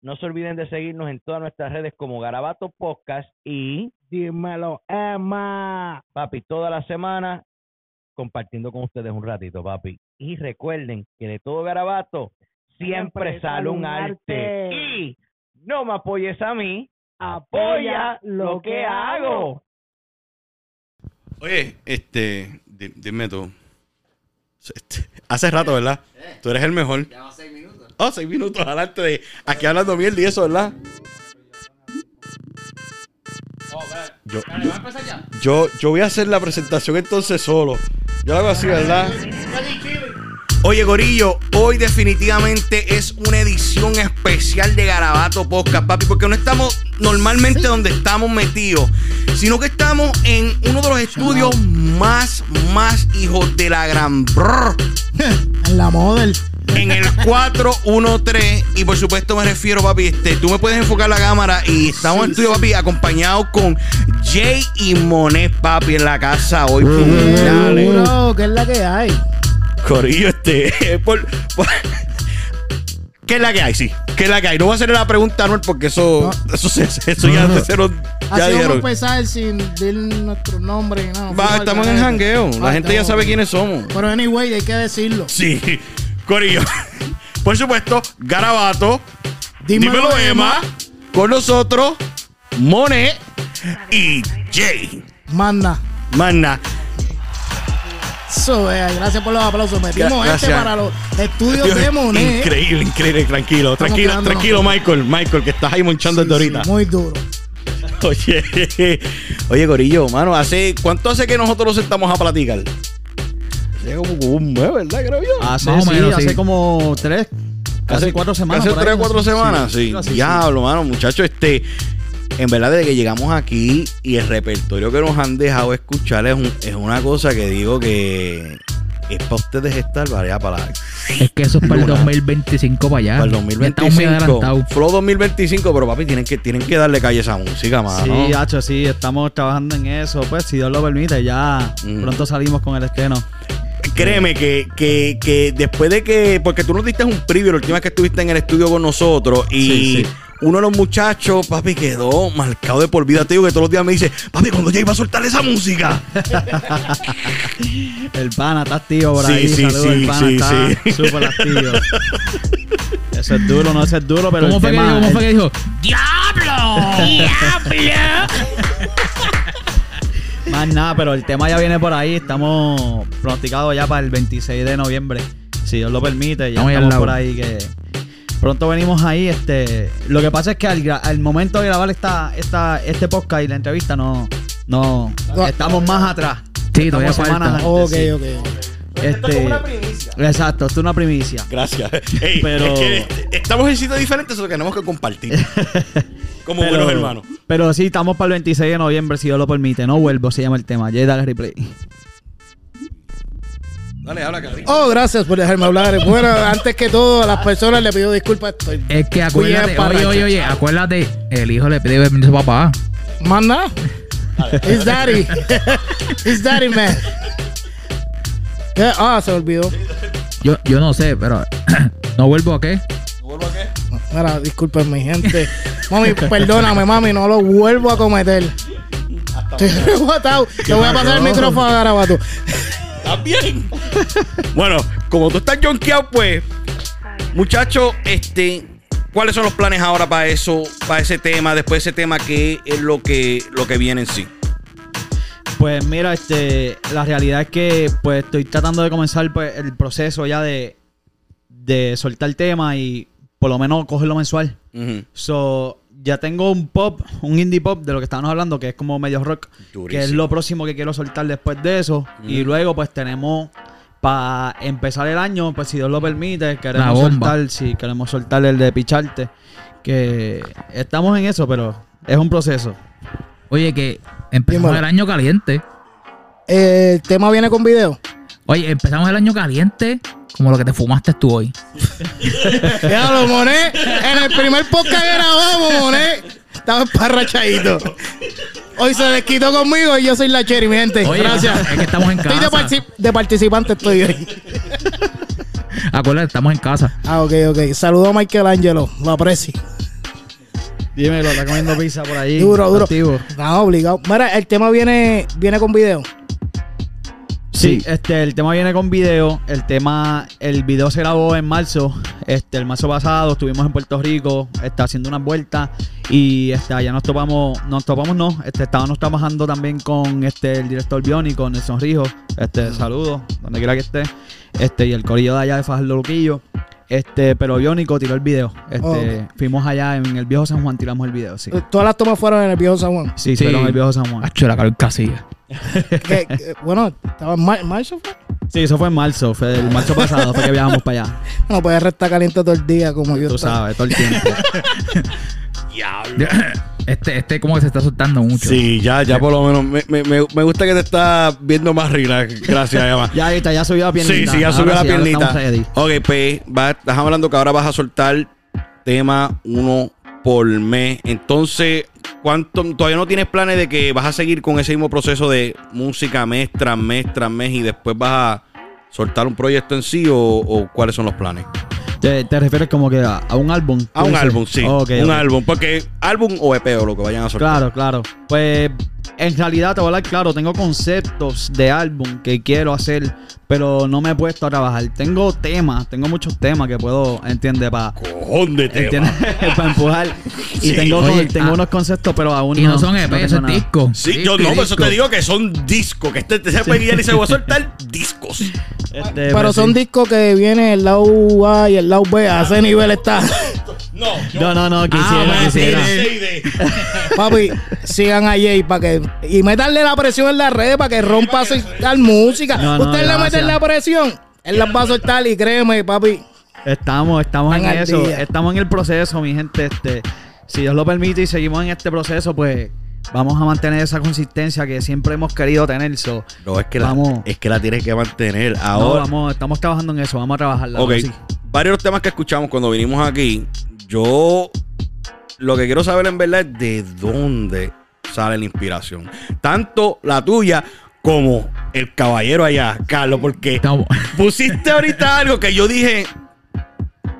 no se olviden de seguirnos en todas nuestras redes como Garabato Podcast y, Dímelo, Emma. papi, toda la semana compartiendo con ustedes un ratito, papi. Y recuerden que de todo Garabato siempre, Siempre sale un arte. arte. Y no me apoyes a mí, apoya lo que hago. Oye, este, di- dime tú. Este, hace rato, ¿verdad? Tú eres el mejor. Eh. Ya va seis minutos. Oh, seis minutos adelante de aquí hablando mierda y eso, ¿verdad? Oh, espérate. Yo- Espérate, ¿va a empezar ya? Yo, yo voy a hacer la presentación entonces solo. Yo la hago así, ¿verdad? Oye, Gorillo, hoy definitivamente es una edición especial de Garabato Podcast, papi, porque no estamos normalmente donde estamos metidos, sino que estamos en uno de los estudios más, más hijos de la gran brr. En la model. en el 413 y por supuesto me refiero papi este tú me puedes enfocar la cámara y estamos en el estudio papi acompañados con Jay y Monet papi en la casa hoy Dale. Seguro que es la que hay. corillo este por- por- ¿Qué es la que hay? Sí, ¿qué es la que hay? No voy a hacer la pregunta, Anuel, porque eso, eso, se- eso ya, se lo- ya Así vamos a dijeron. empezar sin decir nuestro nombre. y nada. Va, estamos en el jangueo. La Ah, gente ya estamos- sabe quiénes somos. Pero anyway, hay que decirlo. Sí, Corillo. Por supuesto, Garabato. Dímelo, Emma. Con nosotros, Monet y Jay. Manda. Mana. Eso es. eh, Gracias por los aplausos. Metimos Gra- este gracias. para los estudios Dios, de Monet. Increíble, increíble, tranquilo. Tranquilo, quedándonos. tranquilo, Michael. Michael, que estás ahí monchando Sí, sí, desde ahorita. muy duro. Oye, oye, Corillo, mano, hace, ¿cuánto hace que nosotros nos sentamos a platicar? Hace como un mes, ¿verdad? Creo yo. Hace, Más o sí, menos, hace sí. como tres, casi cuatro semanas. Hace por ahí, tres o no cuatro sé. semanas, sí. algo así, Diablo, mano, muchachos, este. En verdad, desde que llegamos aquí y el repertorio que nos han dejado escuchar es, un- es una cosa que digo que es para ustedes estar variada para, Es que eso es para el Luna. 2025 para allá. para el Ya estamos muy 2025. adelantados. Flow 2025, pero papi, tienen que, tienen que darle calle a esa música, mano. Sí, hacho, sí, estamos trabajando en eso. Pues, si Dios lo permite, ya Mm. pronto salimos con el estreno. Créeme que, que, que después de que. Porque tú nos diste un preview la última vez que estuviste en el estudio con nosotros y. Sí, sí. Uno de los muchachos, papi, quedó marcado de por vida. Te digo que todos los días me dice, papi, cuando Jay va a soltar esa música. El pana está activo por Sí, ahí. sí, Saludos, sí, el pana sí, está súper activo. Eso es duro, no eso es duro, pero ¿Cómo el fue, que tema- dijo, ¿Cómo fue que el- dijo? Más nada, pero el tema ya viene por ahí. Estamos pronosticados ya para el 26 de noviembre. Si Dios lo permite, ya Estamos ahí al estamos lado. por ahí que pronto venimos ahí. Este, lo que pasa es que al, gra- al momento de grabar esta, esta, este podcast y la entrevista no, no No. estamos más atrás. Sí, todavía Estamos falta. semanas antes, Ok, sí. ok. Este, Exacto, esto es una primicia. Gracias. Ey, Pero- es que estamos en sitios diferentes, lo que tenemos que compartir. Como buenos hermanos. Pero sí, estamos para el 26 de noviembre, si Dios lo permite. No vuelvo, se llama el tema. Jay, dale replay. Dale, habla, Carlito. Oh, gracias por dejarme hablar. Bueno, antes que todo, a las personas les pido disculpas. Estoy... Es que Bien acuérdate, oye, parracho. oye, oye, acuérdate, el hijo le pide permiso a papá. Manda. It's daddy. It's daddy, man. Eh, Ah, se olvidó. Yo, yo no sé, pero no vuelvo a qué. Mira, disculpen mi gente. Mami, perdóname, mami, no lo vuelvo a cometer. Estoy rebotado. Te voy a pasar el micrófono a Garabato. ¿Estás bien? bueno, como tú estás jonqueado, pues, muchachos, este, ¿cuáles son los planes ahora para eso, para ese tema, después de ese tema, qué es lo que, lo que viene en sí? Pues mira, este, la realidad es que pues estoy tratando de comenzar pues, el proceso ya de, de soltar tema y por lo menos cogerlo mensual. Ujú. So, ya tengo un pop, un indie pop de lo que estábamos hablando, que es como medio rock, que es Durísimo. lo próximo que quiero soltar después de eso. Y luego, pues tenemos para empezar el año, pues si Dios lo permite, queremos bomba. soltar, sí, queremos soltar el de Picharte, que estamos en eso, pero es un proceso. Oye, que empezamos Dímelo. el año caliente. Eh, El tema viene con video. Oye, empezamos el año caliente como lo que te fumaste tú hoy. Ya lo moné. En el primer podcast que grabamos, moné. Estaba esparrachadito. Hoy se desquitó conmigo y yo soy la cherry, mi gente. Oye, Gracias. Es que estamos en Estoy de, casa. particip- de participante, estoy hoy. Acuérdate, estamos en casa. Ah, ok, ok. Saludo a Michelangelo. Lo aprecio. Dímelo, está comiendo pizza por ahí. Duro, duro. activo. No, obligado. Mira, el tema viene, viene con video. Sí, este, el tema viene con video. El tema, el video se grabó en marzo. Este, el marzo pasado estuvimos en Puerto Rico, está haciendo unas vueltas y este, allá nos topamos, nos topamos no, este, estábamos trabajando también con este, el director biónico, Nelson Rijo. Este, saludos, donde quiera que esté. Este, y el corillo de allá de Fajardo Luquillo. Este, pero biónico tiró el video. Este, Ok. fuimos allá en el viejo San Juan, tiramos el video, sí. Eh, Todas las tomas fueron en el viejo San Juan. Sí, Sí. fueron en el viejo San Juan. Hacho, la calor casilla. Que- que, bueno, estaba en mar- marzo. fue. Sí, eso fue en marzo, fue el marzo pasado, fue que viajamos para allá. No puede restar caliente todo el día como yo Tú estaba. sabes, todo el tiempo. Este, este como que se está soltando mucho. Sí, ya, ya por lo menos. Me, me- me- me gusta que te estás viendo más relax. Gracias, Emma. Ya ahí está, ya subió la piernita. Sí, sí, ya Ahora subió la sí, ahora piernita. estamos ready. Ok, pues, va, estás hablando que ahora vas a soltar tema uno por mes. Entonces, ¿cuánto, todavía no tienes planes de que vas a seguir con ese mismo proceso de música mes tras mes tras mes y después vas a soltar un proyecto en sí o, o cuáles son los planes? ¿Te, te refieres como que a, a un álbum? A tú un dices? álbum, sí. Ok, un ok. álbum, porque álbum o EP o lo que vayan a soltar. Claro, claro. Pues en realidad te voy a hablar claro, tengo conceptos de álbum que quiero hacer, pero no me he puesto a trabajar. Tengo temas, tengo muchos temas que puedo, entiende, para Cojón de tema. para empujar. Y Sí. tengo, con- Oye, tengo ah, unos conceptos, pero aún Y no son EP, tengo eso es nada. disco. Sí, Disco yo y no, por eso disco. te digo que son discos. Que este te sepa guiar y se va a soltar discos. Este, Pero pues, son sí. discos que viene el lado A y el lado B. A ese nivel está. No, yo No, no, no, quisiera, Ah, bueno, quisiera. sí, Papi, sigan a Jay para que. Y métanle la presión en las redes para que rompa su tal música. No, no, Usted le gracias. meten la presión. Él las va a soltar y créeme, papi. Estamos, estamos en Van al eso, día. estamos en el proceso, mi gente. Este, si Dios lo permite y seguimos en este proceso, pues vamos a mantener esa consistencia que siempre hemos querido tener. So, No, es que, la, Vamos. es que la tienes que mantener. no, Ahora, vamos, estamos trabajando en eso, vamos a trabajarla. ok, sí. varios de los temas que escuchamos cuando vinimos aquí, yo lo que quiero saber en verdad es de dónde sale la inspiración. Tanto la tuya como el caballero allá, Carlos, porque Estamos- pusiste ahorita algo que yo dije,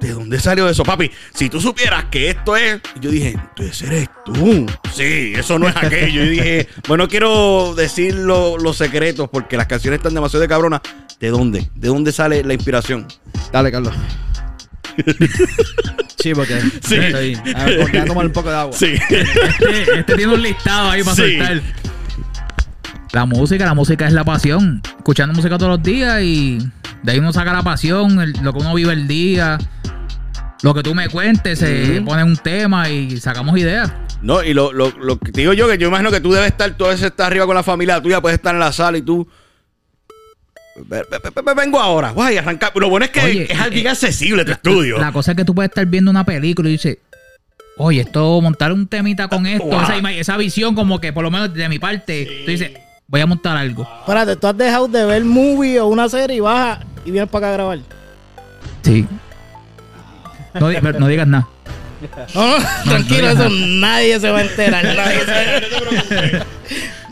¿de dónde salió eso, papi? Si tú supieras que esto es, yo dije, tú ese eres tú. Sí, eso no es aquello. Yo dije, bueno, no quiero decir lo- los secretos porque las canciones están demasiado de cabrona. ¿De dónde? ¿De dónde sale la inspiración? Dale, Carlos. sí, porque Sí. estoy- a ver, porque voy a tomar un poco de agua. Sí. Este, este tiene un listado ahí para Sí. soltar. La música, la música es la pasión. Escuchando música todos los días y de ahí uno saca la pasión, el- lo que uno vive el día. Lo que tú me cuentes, se pone un tema y sacamos ideas. No, y lo, lo, lo que te digo yo, que yo imagino que tú debes estar, tú a veces estás arriba con la familia tuya, puedes estar en la sala y tú. "Ve- ve- ve- ve- Vengo ahora, guay, arrancar. Lo bueno es que Oye, es alguien eh, accesible tu estudio. La cosa es que tú puedes estar viendo una película y dices, oye, esto, montar un temita con esto, Wow. esa, ima- esa visión como que por lo menos de mi parte, tú dices, voy a montar algo. Espérate, tú has dejado de ver movie o una serie y baja y vienes para acá a grabar. Sí. No, di- pero no digas nada. No, no, tranquilo, eso nadie se va a enterar. nadie se-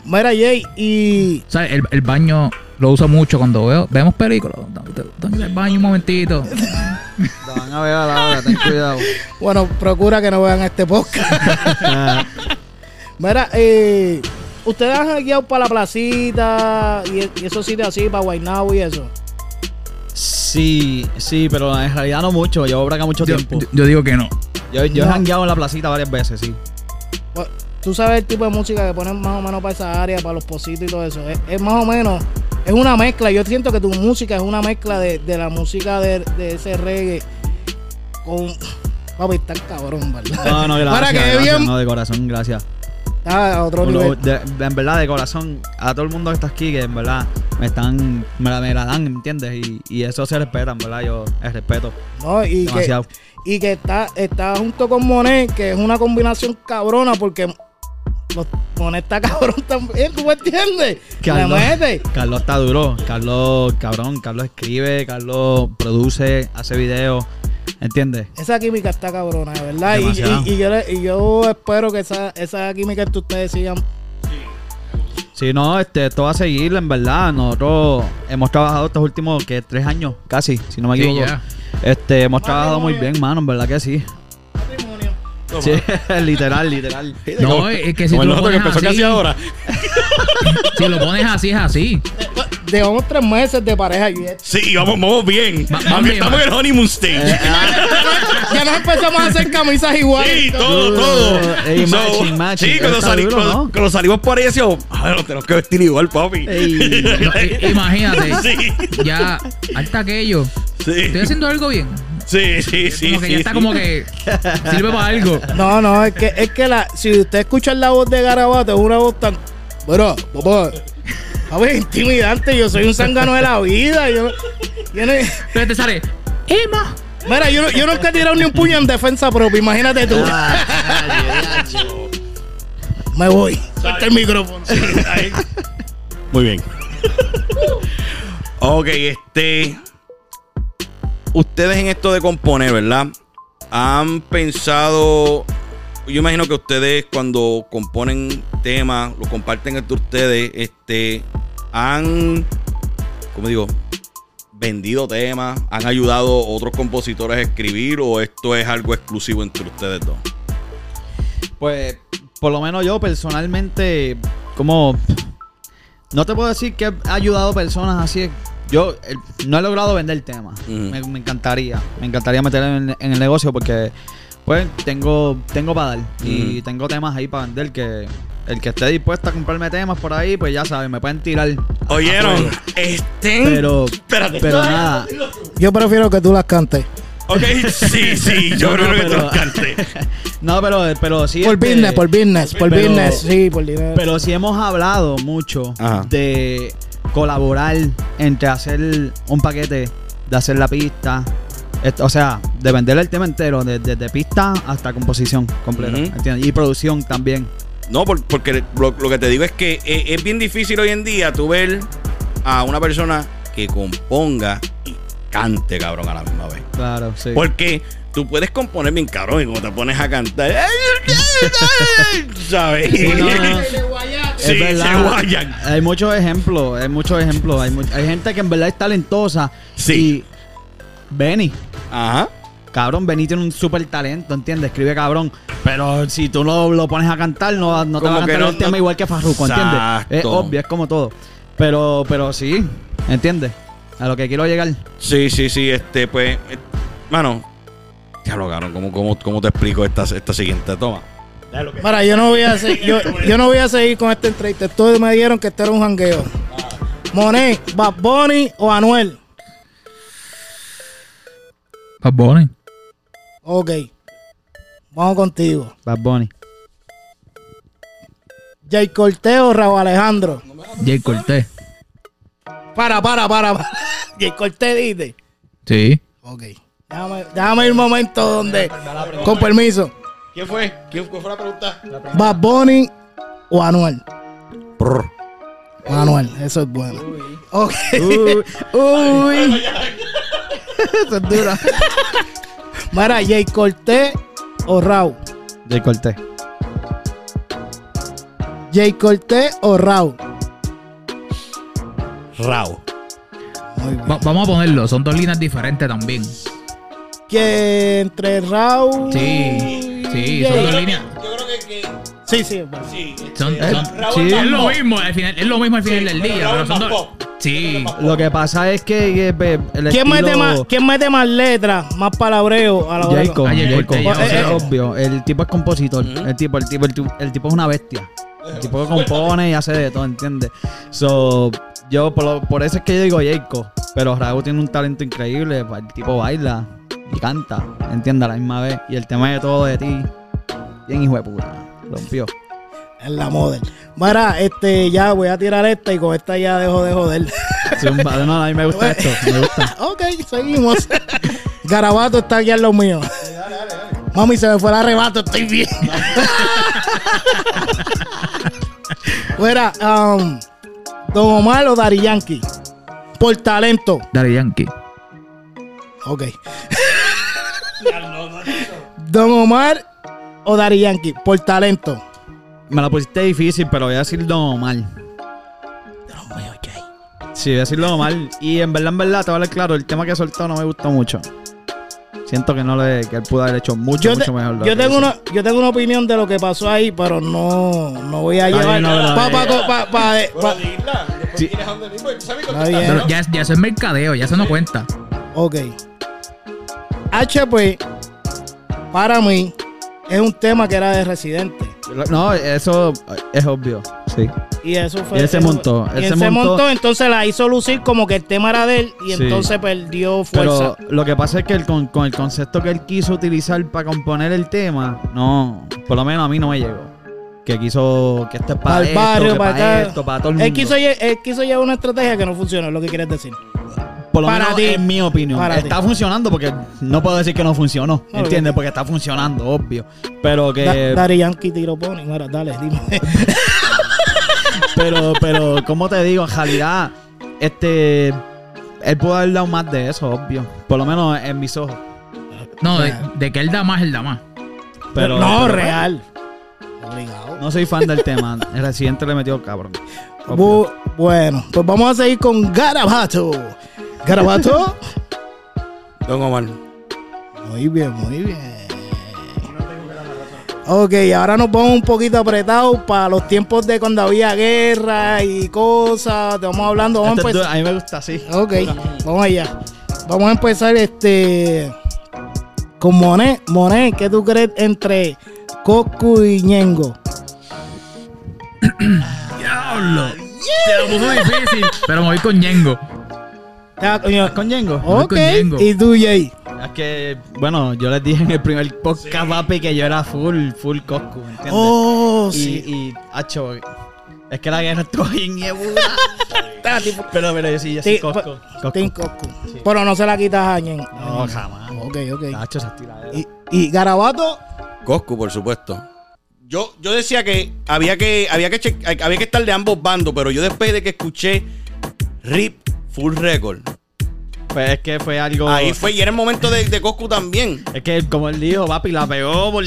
Mira, Jay, y. O sea, el, el baño lo uso mucho cuando veo, vemos películas. Tengo que ir al baño un momentito. La van a ver a la hora, ten cuidado. Bueno, procura que no vean este podcast. Ah, Mira, eh, ustedes han guiado para la placita y, y esos sitios así, para Guaynabo y eso. sí, sí, pero en realidad no mucho. Llevo por acá mucho Yo, tiempo. yo- yo digo que no. Yo, yo he No. jangueado en la placita varias veces, sí. Bueno, Tú sabes el tipo de música que ponen más o menos para esa área, para los pocitos y todo eso. Es, es más o menos, es una mezcla. Yo siento que tu música es una mezcla de, de la música de, de ese reggae con, Papi, tan cabrón, ¿verdad? No, no, gracias. Para que gracias, bien- No, de corazón, gracias. Está a otro Lo- nivel. de- de- en verdad, de corazón, a todo el mundo que está aquí, que en verdad me están, me la, me la dan, ¿me entiendes? Y, y eso se respeta, en verdad, yo el respeto No, y que, demasiado. y que está, está junto con Monet, que es una combinación cabrona, porque los- Monet está cabrón también, ¿tú me entiendes? Le Carlos, mete. Carlos está duro, Carlos, cabrón, Carlos escribe, Carlos produce, hace videos, ¿entiendes? Esa química está cabrona, de verdad. Y, Demasiado. y- y yo, le- y yo espero que esa, esa química que ustedes sigan. Si no, este, esto va a seguir, en verdad. Nosotros hemos trabajado estos últimos que tres años, casi, si no me Sí, equivoco. ya. Este, hemos Matrimonio. trabajado muy bien, mano, en verdad que sí. Matrimonio. Sí, literal, literal. No, es que si Como el tú lo otro que pones empezó casi así, ahora. si lo pones así, es así. Llevamos tres meses de pareja y esto. Sí, vamos, vamos bien. Va- Aunque vamos bien, estamos va. Eh, en el honeymoon stage. ya nos empezamos a hacer camisas iguales. Sí, y todo. todo, eh, Uh, todo. ey, So, matching, matching. Sí, cuando, Está salí- duro, cuando- ¿no? cuando salimos por ahí decíamos, ah, no tenemos que vestir igual, papi. Ey. No, eh, i- imagínate, Sí, ya, alta aquello. sí, Estoy haciendo algo bien. sí, sí, sí. eh. Como que ya sí. está como que sirve para algo. No, no, es que, es que la, si usted escucha la voz de Garabato, es una voz tan. Bueno, papá. A ver, intimidante, yo soy un zángano de la vida. Yo, no- yo no, Pero te sale, Emma. mira, yo, no- yo nunca he tirado ni un puño en defensa propia, imagínate tú. Ah, Me voy. Suelta el micrófono. Muy bien. ok, este. Ustedes en esto de componer, ¿verdad? Han pensado. Yo imagino que ustedes cuando componen temas, lo comparten entre ustedes, este. Han. ¿Cómo digo? Vendido temas, han ayudado a otros compositores a escribir o esto es algo exclusivo entre ustedes dos. Pues, por lo menos yo personalmente, como. No te puedo decir que he ayudado personas así. Yo eh, no he logrado vender temas. Ujú. me, me encantaría. Me encantaría meterme en, en el negocio porque, pues, tengo, tengo para dar. Y Ujú. tengo temas ahí para vender que. El que esté dispuesto a comprarme temas por ahí, pues ya saben, me pueden tirar. Oyeron, estén. Pero. Mm. Espérate. Pero nada. Yo prefiero que tú las cantes. Ok, sí, sí, yo No, creo no, que te pero- lo canté. No, pero, pero sí. Por este, business, por business, por Pero- business, sí, por dinero. Pero sí hemos hablado mucho Ajá. de colaborar entre hacer un paquete, de hacer la pista, esto- o sea, de vender el tema entero, de- desde pista hasta composición completa, Ujú. ¿entiendes? Y producción también. No, por- porque lo, lo que te digo es que e- es, bien difícil hoy en día tú ver a una persona que componga y cante, cabrón, a la misma vez. Claro, sí. Porque tú puedes componer bien, cabrón, y como te pones a cantar, ¿sabes? Sí, no, no, no. Sí, se guayan. Hay muchos ejemplos, hay muchos ejemplos. Hay, mu- hay gente que en verdad es talentosa. Sí. Y Benny, Ajá. cabrón, Benny tiene un súper talento, ¿entiendes? Escribe cabrón. Pero si tú no lo pones a cantar, no, no te Como va a que cantar no- el tema no- igual que Farruko, ¿entiendes? Exacto. Es obvio, es como todo. Pero, pero sí, ¿entiendes? A lo que quiero llegar. Sí, sí, sí, este, pues, eh, mano, diablo, cabrón, ¿cómo, cómo, cómo te explico esta, esta siguiente toma? Para, yo no voy a seguir, yo, yo no voy a seguir con este entrevista. Todos me dieron que este era un jangueo. Monet, Bad Bunny o Anuel. Bad Bunny. Ok. Vamos contigo. Bad Bunny. Jay Cortez o Raúl Alejandro. Jay Cortés. Para, para, para. para. Jay Cortez dice. Sí. Ok. Déjame, déjame ir un momento donde. Con permiso. ¿Quién fue? ¿Quién fue la pregunta? Bad Bunny o Anuel. Anuel, eso es bueno. Ok. Uy, uy. Eso es dura. Mira, Jay Cortés o Raúl. Jay Cortés. Jay Cortés o Raúl. Rao. Muy bien. Va- vamos a ponerlo, son dos líneas diferentes también. Que entre Raúl. Sí, sí, y son dos Jay- líneas. Sí, sí, es bueno. Son, son- sí. es lo mismo al final, es lo mismo al final del día, pero son dos. Sí. Lo que pasa es que. eh, pe- el ¿Quién, estilo- mete más, ¿Quién mete más letras, más palabreo a la hora? Jacob, Ah, Jay Jacob. Cortés, ya, Eso es ok. obvio. El tipo es compositor. Ujú. El tipo, el tipo, el tipo, el tipo es una bestia. El tipo que compone y hace de todo, ¿entiendes? So, yo por, lo- por eso es que yo digo Jacob. Pero Raúl tiene un talento increíble. El pues, tipo baila. y canta, entiende a la misma vez. Y el tema de todo de ti, bien hijo de puta, rompió. Es la model. Mira, este, ya voy a tirar esta y con esta ya dejo de joder. Zumba, no, a mí me gusta esto, me gusta. ok, seguimos. Garabato está aquí en los míos. Mami, se me fue el arrebato, estoy bien. Fuera, um, Don Omar o Dari Yankee. Por talento. Daddy Yankee. Ok. Don Omar o Dari Yankee. Por talento. Me la pusiste difícil, pero voy a decirlo mal. Dios mío, Jay. Sí, voy a decirlo mal. Y en verdad, en verdad, te voy a hablar claro, el tema que soltó no me gustó mucho. Siento que no le, que él pudo haber hecho mucho, Yo, mucho te- mejor. lo yo que tengo hizo. una, yo tengo una opinión de lo que pasó ahí, pero no, no voy a Está llevar. bien, no, no, pa- no, pa- no. pa- pa- eh, pa- Sí. Está bien. Pero ya, es- ya eso es mercadeo, ya eso no cuenta. Ok. HP, para mí, es un tema que era de residente. No, eso es obvio. Sí. Y eso fue. Y él se eso- montó, Y él él se se montó. montó, entonces la hizo lucir como que el tema era de él y Sí. entonces perdió fuerza. Pero lo que pasa es que el con, con el concepto que él quiso utilizar para componer el tema, no, por lo menos a mí no me llegó. Que quiso que esto es para Pa'l esto, barrio, que pa' para acá. esto, para todo el mundo. él, quiso, lle- él quiso llevar una estrategia que no funcionó, es lo que quieres decir. por lo para menos ti. en mi opinión. Para está ti. funcionando porque no puedo decir que no funcionó, No, ¿entiendes? obvio. Porque está funcionando, obvio. Pero que Da- Daddy Yankee tiro pony. Mira, dale, dime. pero, pero, ¿cómo te digo? En realidad, este. Él pudo haber dado más de eso, obvio. Por lo menos en mis ojos. No, de, de que él da más, él da más. Pero, no, pero, real. Obligado. No soy fan del tema. El residente le metió cabrón. Este, Bu- bueno, pues vamos a seguir con Garabato. Garabato. Don Omar. Muy bien, muy bien. Ok, ahora nos vamos un poquito apretados para los tiempos de cuando había guerra y cosas. Te vamos hablando, vamos a Este es du- empezar. a mí me gusta así. Ok, vamos allá. Vamos a empezar este con Monet. Monet, ¿qué tú crees entre Coscu y Ñengo? ¡Diablo! Te lo puso pues difícil, pero me voy con Ñengo. Te va- coño, ¿Con Yengo? voy Ok, con Ñengo. y tú, Jay. Es que, bueno, yo les dije en el primer podcast, papi, que yo era full, full Coscu, ¿entiendes? Oh, y, sí. y, hacho, es que la guerra estuvo bien hievuna. pero, pero yo sí, yo Sí, soy Coscu. pa- Coscu. Team Coscu. Pero no se la quitas a Ñengo. No, jamás. Ok, ok. Hacho, esa tiradera. Y, y Garabato. Coscu, por supuesto. Yo, yo decía que había que, había que, che- había que estar de ambos bandos, pero yo después de que escuché RIP Full Record, Pues es que fue algo... ahí fue y era el momento de, de Coscu también. Es que, como él dijo, papi, la pegó por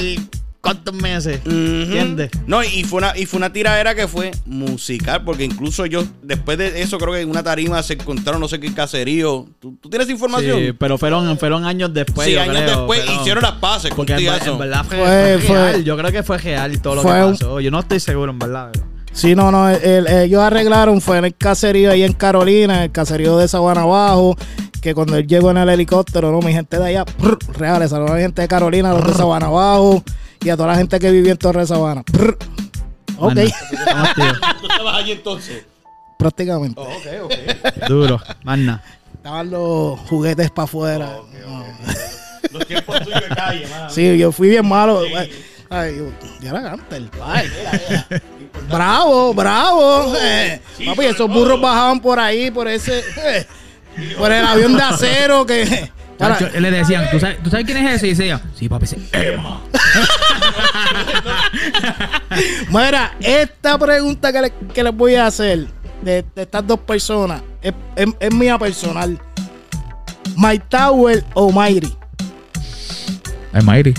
cuántos meses. Mm-hmm. ¿Entiendes? No, y fue una, y fue una tiradera que fue musical, porque incluso yo, después de eso, creo que en una tarima se encontraron no sé qué caserío. ¿Tú, tú tienes información? Sí, pero fueron, fueron años después. Sí, yo años creo, después fueron- hicieron las paces con Porque en, ver- en tigazo. verdad fue, Fue- fue fue- real. Yo creo que fue real todo lo fue que un- pasó. Yo no estoy seguro, en verdad. pero- Sí, no, no. el- ellos arreglaron, fue en el caserío ahí en Carolina, el caserío de Sabana Abajo, que cuando él llegó en el helicóptero, no, mi gente de allá, prr, real, le saludó a mi gente de Carolina, a los de Sabana Abajo y a toda la gente que vivía en Torre Sabana. Prr. Ok, Mano, estamos activos. ¿Tú estabas allí entonces? prácticamente. Duro, manda. Estaban los juguetes para afuera. No. Los tiempos tuyos de calle, mano. Sí, yo fui bien malo. Ay, Ay, yo, yo era ganta, el pai. bravo, bravo. Eh, papi, esos burros bajaban por ahí, por ese. eh, por el avión de acero que. Ahora, Chacho, le decían, ¿Tú sabes, ¿tú sabes quién es ese? Y decía, sí, papi, ese Emma. mira, esta pregunta que, le- que les voy a hacer de, de estas dos personas es, es- es mía personal. My Tower o Mayri. Ay, Mayri.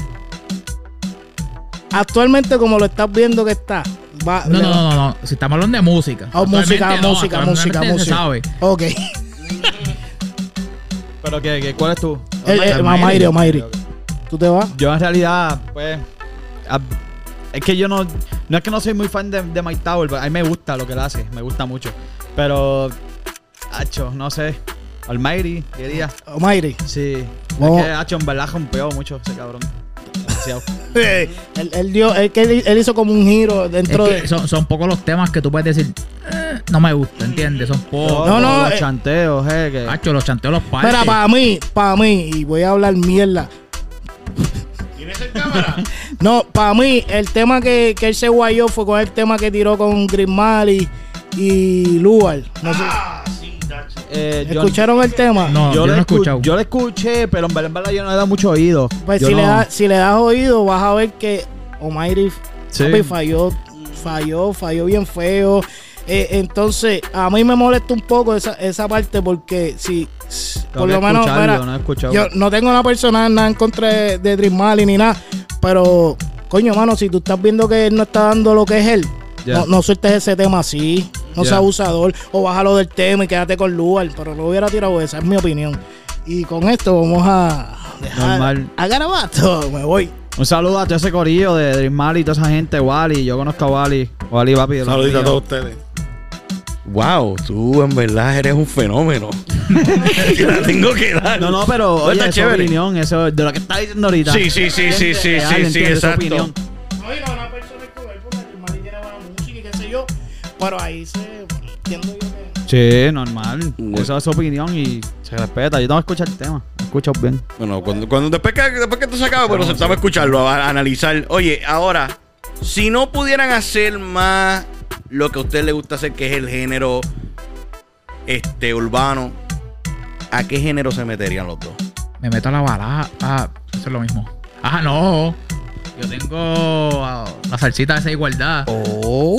Actualmente, como lo estás viendo que está. va- No, le- no, no, no. Si estamos hablando de música. Oh, música, Actualmente no, música, música, actualmente música. Se sabe. Ok. Pero que, cuál es tu. Eh, eh, Mayri o Mayri. ¿Tú te vas? Yo en realidad, pues. a- es que yo no. No es que no soy muy fan de, de Mike Tower, pero a mí me gusta lo que él hace, me gusta mucho. Pero. Hacho, no sé. Almighty, quería. O Mayri. Sí. Vamos. Es que Hacho en verdad rompeó mucho ese cabrón. Demasiado. Eh, él, él dio, él, que él- él hizo como un giro Es dentro que de. son, son pocos los temas que tú puedes decir. eh, no me gusta, ¿entiendes? Son pocos. No, no, Los eh. chanteos, eh, que- Ah, Hacho, los chanteos los partes. Mira, para mí, para mí, y voy a hablar mierda. ¿Tienes en cámara? No, para mí, el tema que, que él se guayó fue con el tema que tiró con Grismal y, y Luar. No sé, eh, yo- ¿Escucharon el tema? Ah, No, yo, yo, no le he escu- escuchado. yo le escuché, pero en verdad, en verdad yo no le da mucho oído. Pues Yo si, le no- da- si le das oído, vas a ver que Omairi Sí. papi, falló, falló, falló bien feo. Eh, entonces, a mí me molesta un poco esa, esa parte porque si, por que lo menos, escucharlo, mira, no he escuchado. yo no tengo una persona nada en contra de, de Dream Mali ni nada, pero coño, mano, si tú estás viendo que él no está dando lo que es él, Ya. no, no sueltes ese tema así, no Ya. seas abusador, o bájalo del tema y quédate con Lugar, pero no hubiera tirado esa, es mi opinión. Y con esto vamos a dejar Normal. a Garabato, me voy. Un saludo a todo ese corillo de Dream Mali y toda esa gente, Wally. Yo conozco a Wally. Wally, papi. de los Saludito a míos. todos ustedes. Wow, tú en verdad eres un fenómeno. Te la tengo que dar. No, no, pero Está oye, esa chévere. opinión, eso de lo que está diciendo ahorita. Sí, sí, sí, sí, Gente sí, real, sí, sí, entiende esa exacto. opinión. Oye, no, una persona es cruel porque el Mali tiene buena música y qué sé yo. Pero ahí se. Entiendo yo que. Sí, normal. Bueno. Esa es su opinión y se respeta. Yo tengo que escuchar el tema. Escucho bien. Bueno, cuando, cuando después, que, después que esto se acaba, pero se estaba escucharlo, a, a analizar. Oye, ahora, si no pudieran hacer más lo que a usted le gusta hacer, que es el género este urbano, ¿a qué género se meterían los dos? Me meto a la bala. Ah, eso es lo mismo. Ah, no. Yo tengo ah, la salsita de esa igualdad. Oh.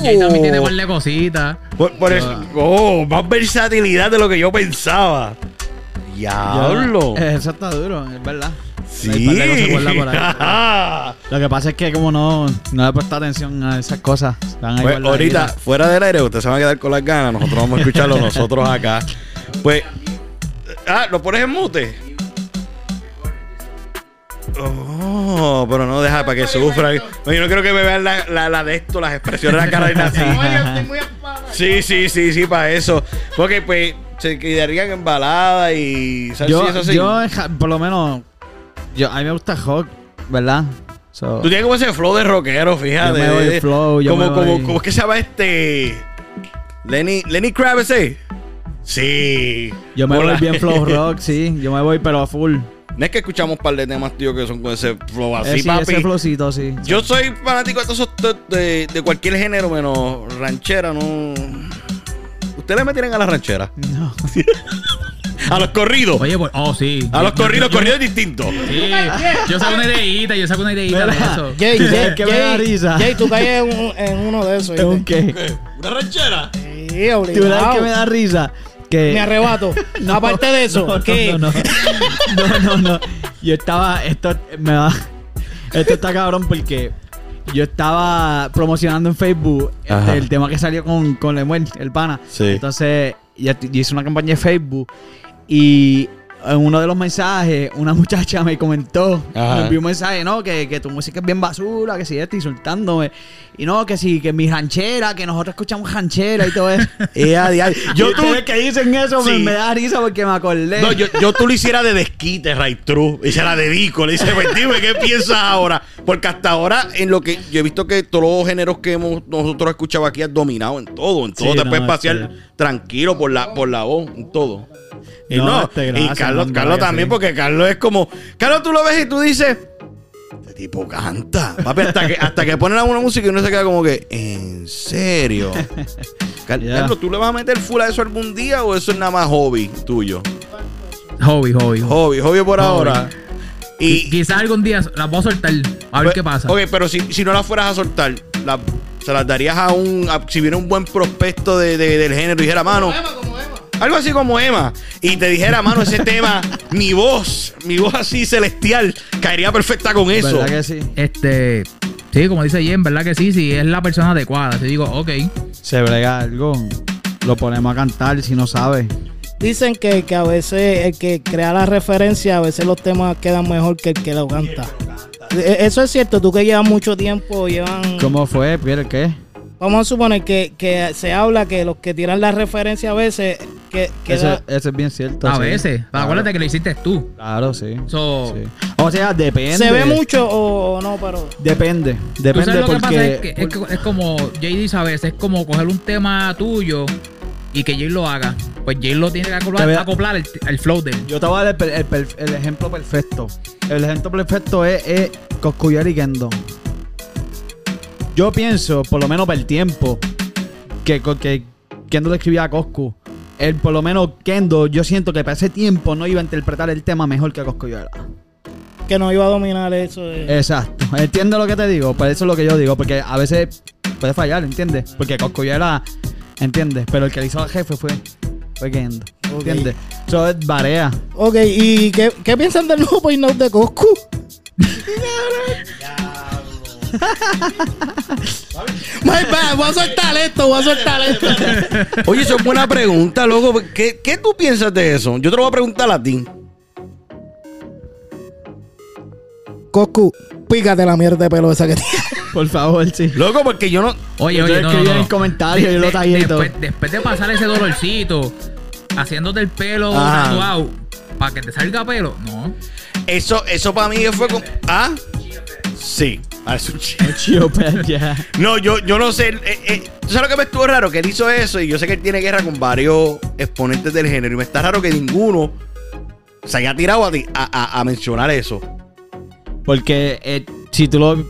Y ahí también tiene par de cositas. Por, por eso, oh, más versatilidad de lo que yo pensaba. Diablo. Eh, Eso está duro, es verdad. Sí. El pendejo se guarda por ahí. Lo que pasa es que como no, no le he prestado atención a esas cosas. Están ahí Pues, guardaditas. ahorita, fuera del aire, ustedes se van a quedar con las ganas. Nosotros vamos a escucharlo nosotros acá. Pues. Ah, ¿lo pones en mute? Oh, pero no deja para que sufran. No, yo no creo que me vean la, la, la de esto, las expresiones de la cara de así. Sí, sí, sí, sí, para eso. Porque, pues, se quedarían en balada y. ¿sabes? Sí, eso Yo, sí. yo, en ja- por lo menos, yo, a mí me gusta rock, ¿verdad? So, Tú tienes como ese flow de rockero, fíjate. Yo me voy flow, yo como, Oh, me como, voy- como es que se llama este. Lenny, Lenny Kravitz, ¿eh? Sí. yo me Hola. voy bien flow rock, sí. Yo me voy pero a full. No es que escuchamos un par de temas, tío, que son con ese flow así, Eh, sí, papi. ese flowcito, sí. Yo soy fanático de, todos esos to- de, de cualquier género, menos ranchera, no. Ustedes me tienen a las rancheras. No. A los corridos. Oye, pues, oh, sí. a los Yo- yo- corridos, yo- corridos distintos. Sí. Yo saco una ideita, yo saco una ideita de eso. Jay, Jay, que me da Jay, risa. Jay, tú caes en, un- en uno de esos. Es un ¿viste? qué. ¿Una ranchera? Sí, Tú sabes que obligado. me da risa. Que Me arrebato. Aparte de eso, Eh, No, no, ¿qué? No no. no, no, no. Yo estaba. Esto me va. Esto está cabrón porque yo estaba promocionando en Facebook este, Ajá. el tema que salió con, con Lemuel, el pana. Sí. Entonces, yo, t- yo hice una campaña de Facebook y en uno de los mensajes, una muchacha me comentó, Ajá. me envió un mensaje, ¿no? Que, que tu música es bien basura, que si esto, insultándome. Y no, que si, que mi ranchera, que nosotros escuchamos ranchera y todo eso. Yo Y tú- ustedes que dicen eso me, Sí. me da Ah, risa porque me acordé. No, yo, yo tú lo hiciera de desquite, Right True. Y se la dedico. Le dice, pues dime, ¿qué piensas ahora? Porque hasta ahora, en lo que yo he visto que todos los géneros que hemos, nosotros escuchado aquí has dominado en todo. En todo Sí, te no, puedes pasear este- tranquilo por la, por la voz, en todo. Y, No, no, este, y gracias, Carlos, no, Carlos gracias, también, sí. porque Carlos es como. Carlos, tú lo ves y tú dices. Este tipo canta. Papi, hasta que, hasta que ponen alguna música y uno se queda como que. ¿En serio? Car- Ya. Carlos, ¿tú le vas a meter full a eso algún día o eso es nada más hobby tuyo? Hobby, hobby. hobby. Hobby, hobby por Hobby. ahora. Y Y, pues, quizás algún día las voy a soltar. A ver qué pasa. Ok, pero si, si no las fueras a soltar, la- se las darías a un. a- si viene un buen prospecto de, de- del género y dijera, mano. Algo así como Emma. Y te dijera, mano, ese tema, mi voz, mi voz así celestial, caería perfecta con eso. ¿Verdad que sí? Este. Sí, como dice Jen, ¿verdad que sí? Si es la persona adecuada. Te digo, ok. Se brega algo. Lo ponemos a cantar si no sabe. Dicen que, que a veces el que crea la referencia, a veces los temas quedan mejor que el que lo canta. E- Eso es cierto, tú que llevas mucho tiempo, llevan... ¿Cómo fue, Pierre? ¿Qué? Vamos a suponer que, que se habla que los que tiran la referencia a veces, que que, que Eso, da- eso es bien cierto. A sí. veces. Pero Claro, Acuérdate que lo hiciste tú. Claro, sí. So, Sí. O sea, ah, depende. se ve mucho o, o no, pero Depende. Tú Depende sabes lo que pasa porque. es que, es que- es como JD sabes, es como coger un tema tuyo y que Jay lo haga. Pues Jay lo tiene que Te acoplar, veo- acoplar el, el flow de él. Yo te voy a dar el, per- el per- el ejemplo perfecto. El ejemplo perfecto es, es Coscullar y Kendo. Yo pienso, por lo menos por el tiempo, que, co- que Kendo le escribía a Coscu. El, por lo menos Kendo, yo siento que para ese tiempo no iba a interpretar el tema mejor que Coscullar. que no iba a dominar eso. eh. Eh, de- Exacto. Entiendo lo que te digo. Por eso es lo que yo digo. Porque a veces puede fallar, ¿entiendes? Porque Coscullera, ¿entiendes? Pero el que le hizo al jefe fue, fue Kendo. ¿Entiendes? Eso es varea. Ok, ¿y qué, qué piensan del nuevo Point Out de Coscu? My bad, voy a soltar esto, voy a soltar esto. Oye, eso es buena pregunta, loco. ¿Qué, ¿Qué tú piensas de eso? Yo te lo voy a preguntar a ti. Coscu, pícate la mierda de pelo esa que tiene. Por favor, sí. Loco, porque yo no. Oye, Yo oye, no, escribí no, en no. el comentario, yo lo tallé y todo. después, después de pasar ese dolorcito, haciéndote el pelo Ah. tatuado para que te salga pelo, no. Eso, eso para mí fue como. ¿Ah? Sí. Ah, es un chiste. Chío, pero ya. No, yo, yo no sé. eh, eh, ¿Tú sabes lo que me estuvo raro? Que él hizo eso y yo sé que él tiene guerra con varios exponentes del género. Y me está raro que ninguno se haya tirado a, ti- a- a- a mencionar eso. Porque eh, si tú lo.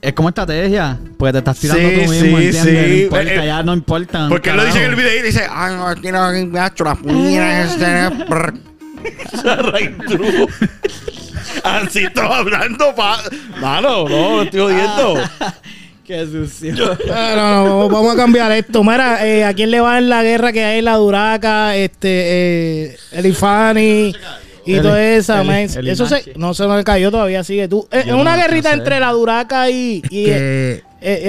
Es como estrategia. Porque te estás tirando Sí, tú mismo, sí, ¿entiendes? sí. No importa, Eh, eh, ya no importa. Porque él lo dice en el carajo. video y dice, ah, no, aquí no, aquí me ha hecho la puñera, este, brr". Se arrastró. Así estaba hablando, pa. Mano, no, lo estoy jodiendo. Qué sucio. No, no, no, vamos- vamos a cambiar esto. Mira, eh, ¿a quién le va en la guerra que hay en la Duraca, este, eh, Elifani y Eli- todo eso? Eli- mens? Eli Eso se, Nachi. no se nos cayó todavía, sigue tú. Eh, Yo una no- no guerrita sé. entre la Duraca y, y Que eh,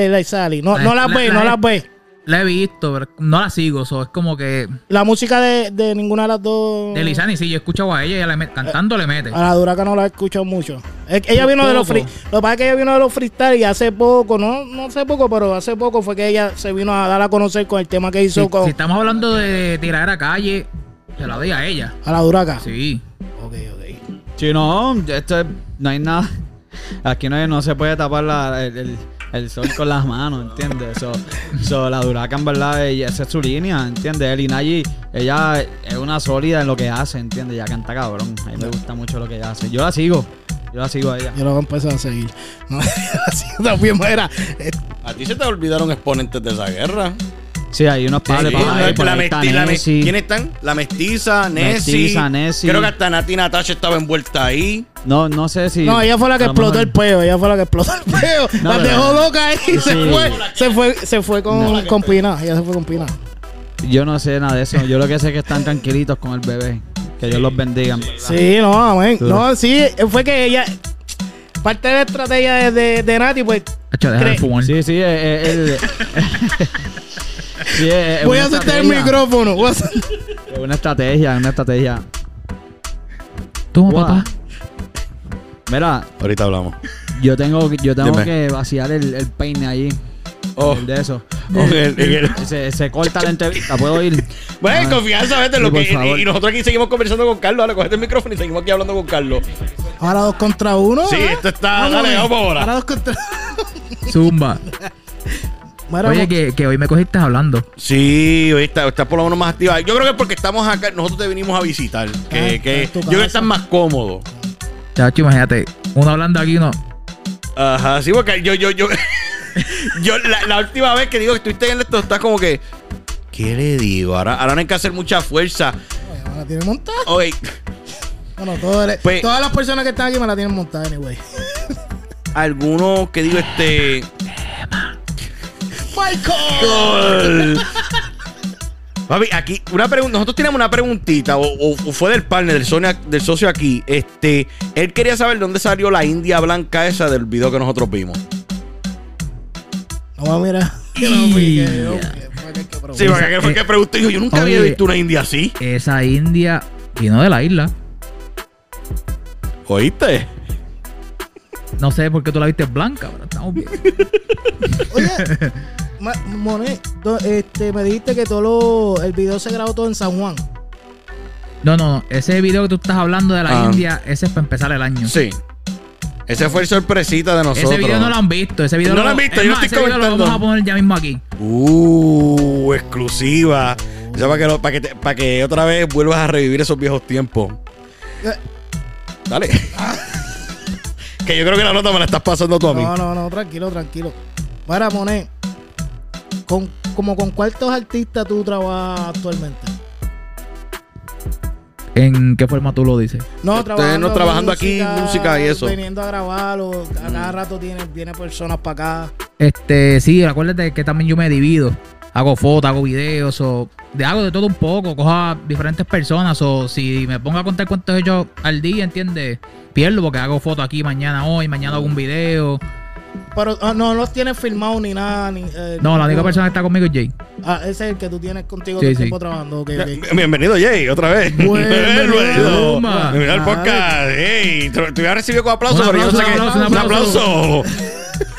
eh, la Isali. No, La- Ah, no las la- ve, la- no las ve. la he visto, pero no la sigo. so, es como que La música de, de ninguna de las dos. de Lizani, sí, yo he escuchado a ella, ella le met- cantando le mete. Ah, A la Duraca no la he escuchado mucho. Es que ella vino de los Poco. free, Lo que pasa es que ella vino de los freestyle y hace poco, no, no hace poco, pero hace poco fue que ella se vino a dar a conocer con el tema que hizo Si, con si estamos hablando de tirar a calle, se la doy a ella. a la Duraca. Sí. Ok, ok. Si no, esto es- no hay nada. Aquí no, hay- no se puede tapar la- el, el- el sol con las manos, ¿entiendes? So, so, la Duraca, en verdad, ella- esa es su línea, ¿entiendes? El Inagi, ella es una sólida en lo que hace, ¿entiendes? Ella canta cabrón. A mí me gusta mucho lo que ella hace. Yo la sigo. Yo la sigo a ella. Yo lo voy a empezar a seguir. No, así también era. eh, A ti se te olvidaron exponentes de esa guerra. Sí, hay unos padres Sí, para la- ahí, por la ahí está mesti- la me- Nessie. ¿Quiénes están? La mestiza, Nessie. Mestiza, Nessie. Creo que hasta Nati Natasha estaba envuelta ahí. No, no sé si. No, ella fue la que a lo mejor- explotó el peo. Ella fue la que explotó el peo. No, la no, dejó no. loca ahí y se Sí. fue. Se fue, se fue con, con Pina. Ella se fue con Pina. Yo no sé nada de eso. Yo lo que sé es que están tranquilitos con el bebé. Que Dios los bendiga. Sí, no, amén. Duro. No, sí, fue que ella. Parte de la estrategia de, de, de Nati, pues. Hacho, deja de Cre- fumar. Sí, sí, eh, eh, el- sí, eh, eh, voy una a soltar el estrategia. micrófono. voy a soltar- Es Una estrategia, es una estrategia. Toma, Guau. papá. Mira, Ahorita hablamos. yo tengo, yo tengo Dime. que vaciar el, el peine allí. Oh. El de eso. Ok, ok. Se, se corta la entrevista, ¿puedo ir? Bueno, Ah. Pues, confianza, vete Sí, lo por que. favor. Y, y nosotros aquí seguimos conversando con Carlos. Ahora cogete el micrófono y seguimos aquí hablando con Carlos. Ahora dos contra uno. Sí, ¿verdad? esto está. Vamos, dale, vamos ahora. Ahora dos contra. Zumba. Mira, Oye, que, que hoy me cogiste hablando. Sí, hoy está, está por lo menos más activa. Yo creo que es porque estamos acá, nosotros te vinimos a visitar. Que, Ah, que está en tu yo creo que casa. estás más cómodo. Chacho, imagínate. Uno hablando aquí, uno. Ajá, sí, porque yo, yo, yo. yo la, la última vez que digo que estuviste en esto, estás como que. ¿Qué le digo? Ahora, ahora no hay que hacer mucha fuerza. me la tienen montada. Oye, Bueno, todo el- Pues- todas las personas que están aquí me la tienen montada, anyway. algunos que digo este. ¡Michael! Papi, aquí, una pregunta. Nosotros teníamos una preguntita, o, o- o fue del partner, del, Sonia- del socio aquí. Este, él quería saber dónde salió la India blanca esa del video que nosotros vimos. No voy a mirar. Que no, pues, porque- porque- porque hay que probar. Sí, porque que fue que preguntó. Dijo, yo nunca había Oye. visto una India así. Esa India vino de la isla. ¿Oíste? No sé por qué tú la viste blanca, pero estamos bien. Oye, Ma- Monet, do- este, me dijiste que todo lo- el video se grabó todo en San Juan. No, no, no. Ese video que tú estás hablando de la Ah. India, ese es para empezar el año. Sí. Ese fue el sorpresita de nosotros. Ese video no lo han visto. Ese video No lo han visto, es yo más, estoy ese video comentando. Lo vamos a poner ya mismo aquí. Uh, exclusiva. Ya para que, lo- para, que te- para que otra vez vuelvas a revivir esos viejos tiempos. Eh. Dale. que yo creo que la nota me la estás pasando tú a mí. No, no, no, tranquilo, tranquilo. Mira, Monet, con, como con cuántos artistas tú trabajas actualmente? ¿En qué forma tú lo dices? No, Este, no, trabajando aquí, música y eso. Mm. Viniendo a grabarlo, a cada rato tiene, viene personas para acá. Este, sí, acuérdate que también yo me divido. Hago fotos, hago videos, o de, hago de todo un poco, cojo a diferentes personas, o si me pongo a contar cuántos he hecho al día, ¿entiendes? Pierdo porque hago fotos aquí mañana, hoy, mañana hago un video. Pero ah, no los tienes filmados ni nada. Ni, eh, No, la única ninguno. persona que está conmigo es Jay. Ah, ese es el que tú tienes contigo Sí, todo el sí. tiempo trabajando. ok, ok. Bienvenido, Jay, otra vez. Bienvenido. Zumba. Bienvenido al podcast. Ey, te, te voy a recibir con aplausos, Un pero yo sé que. aplauso, Un un aplauso. aplauso,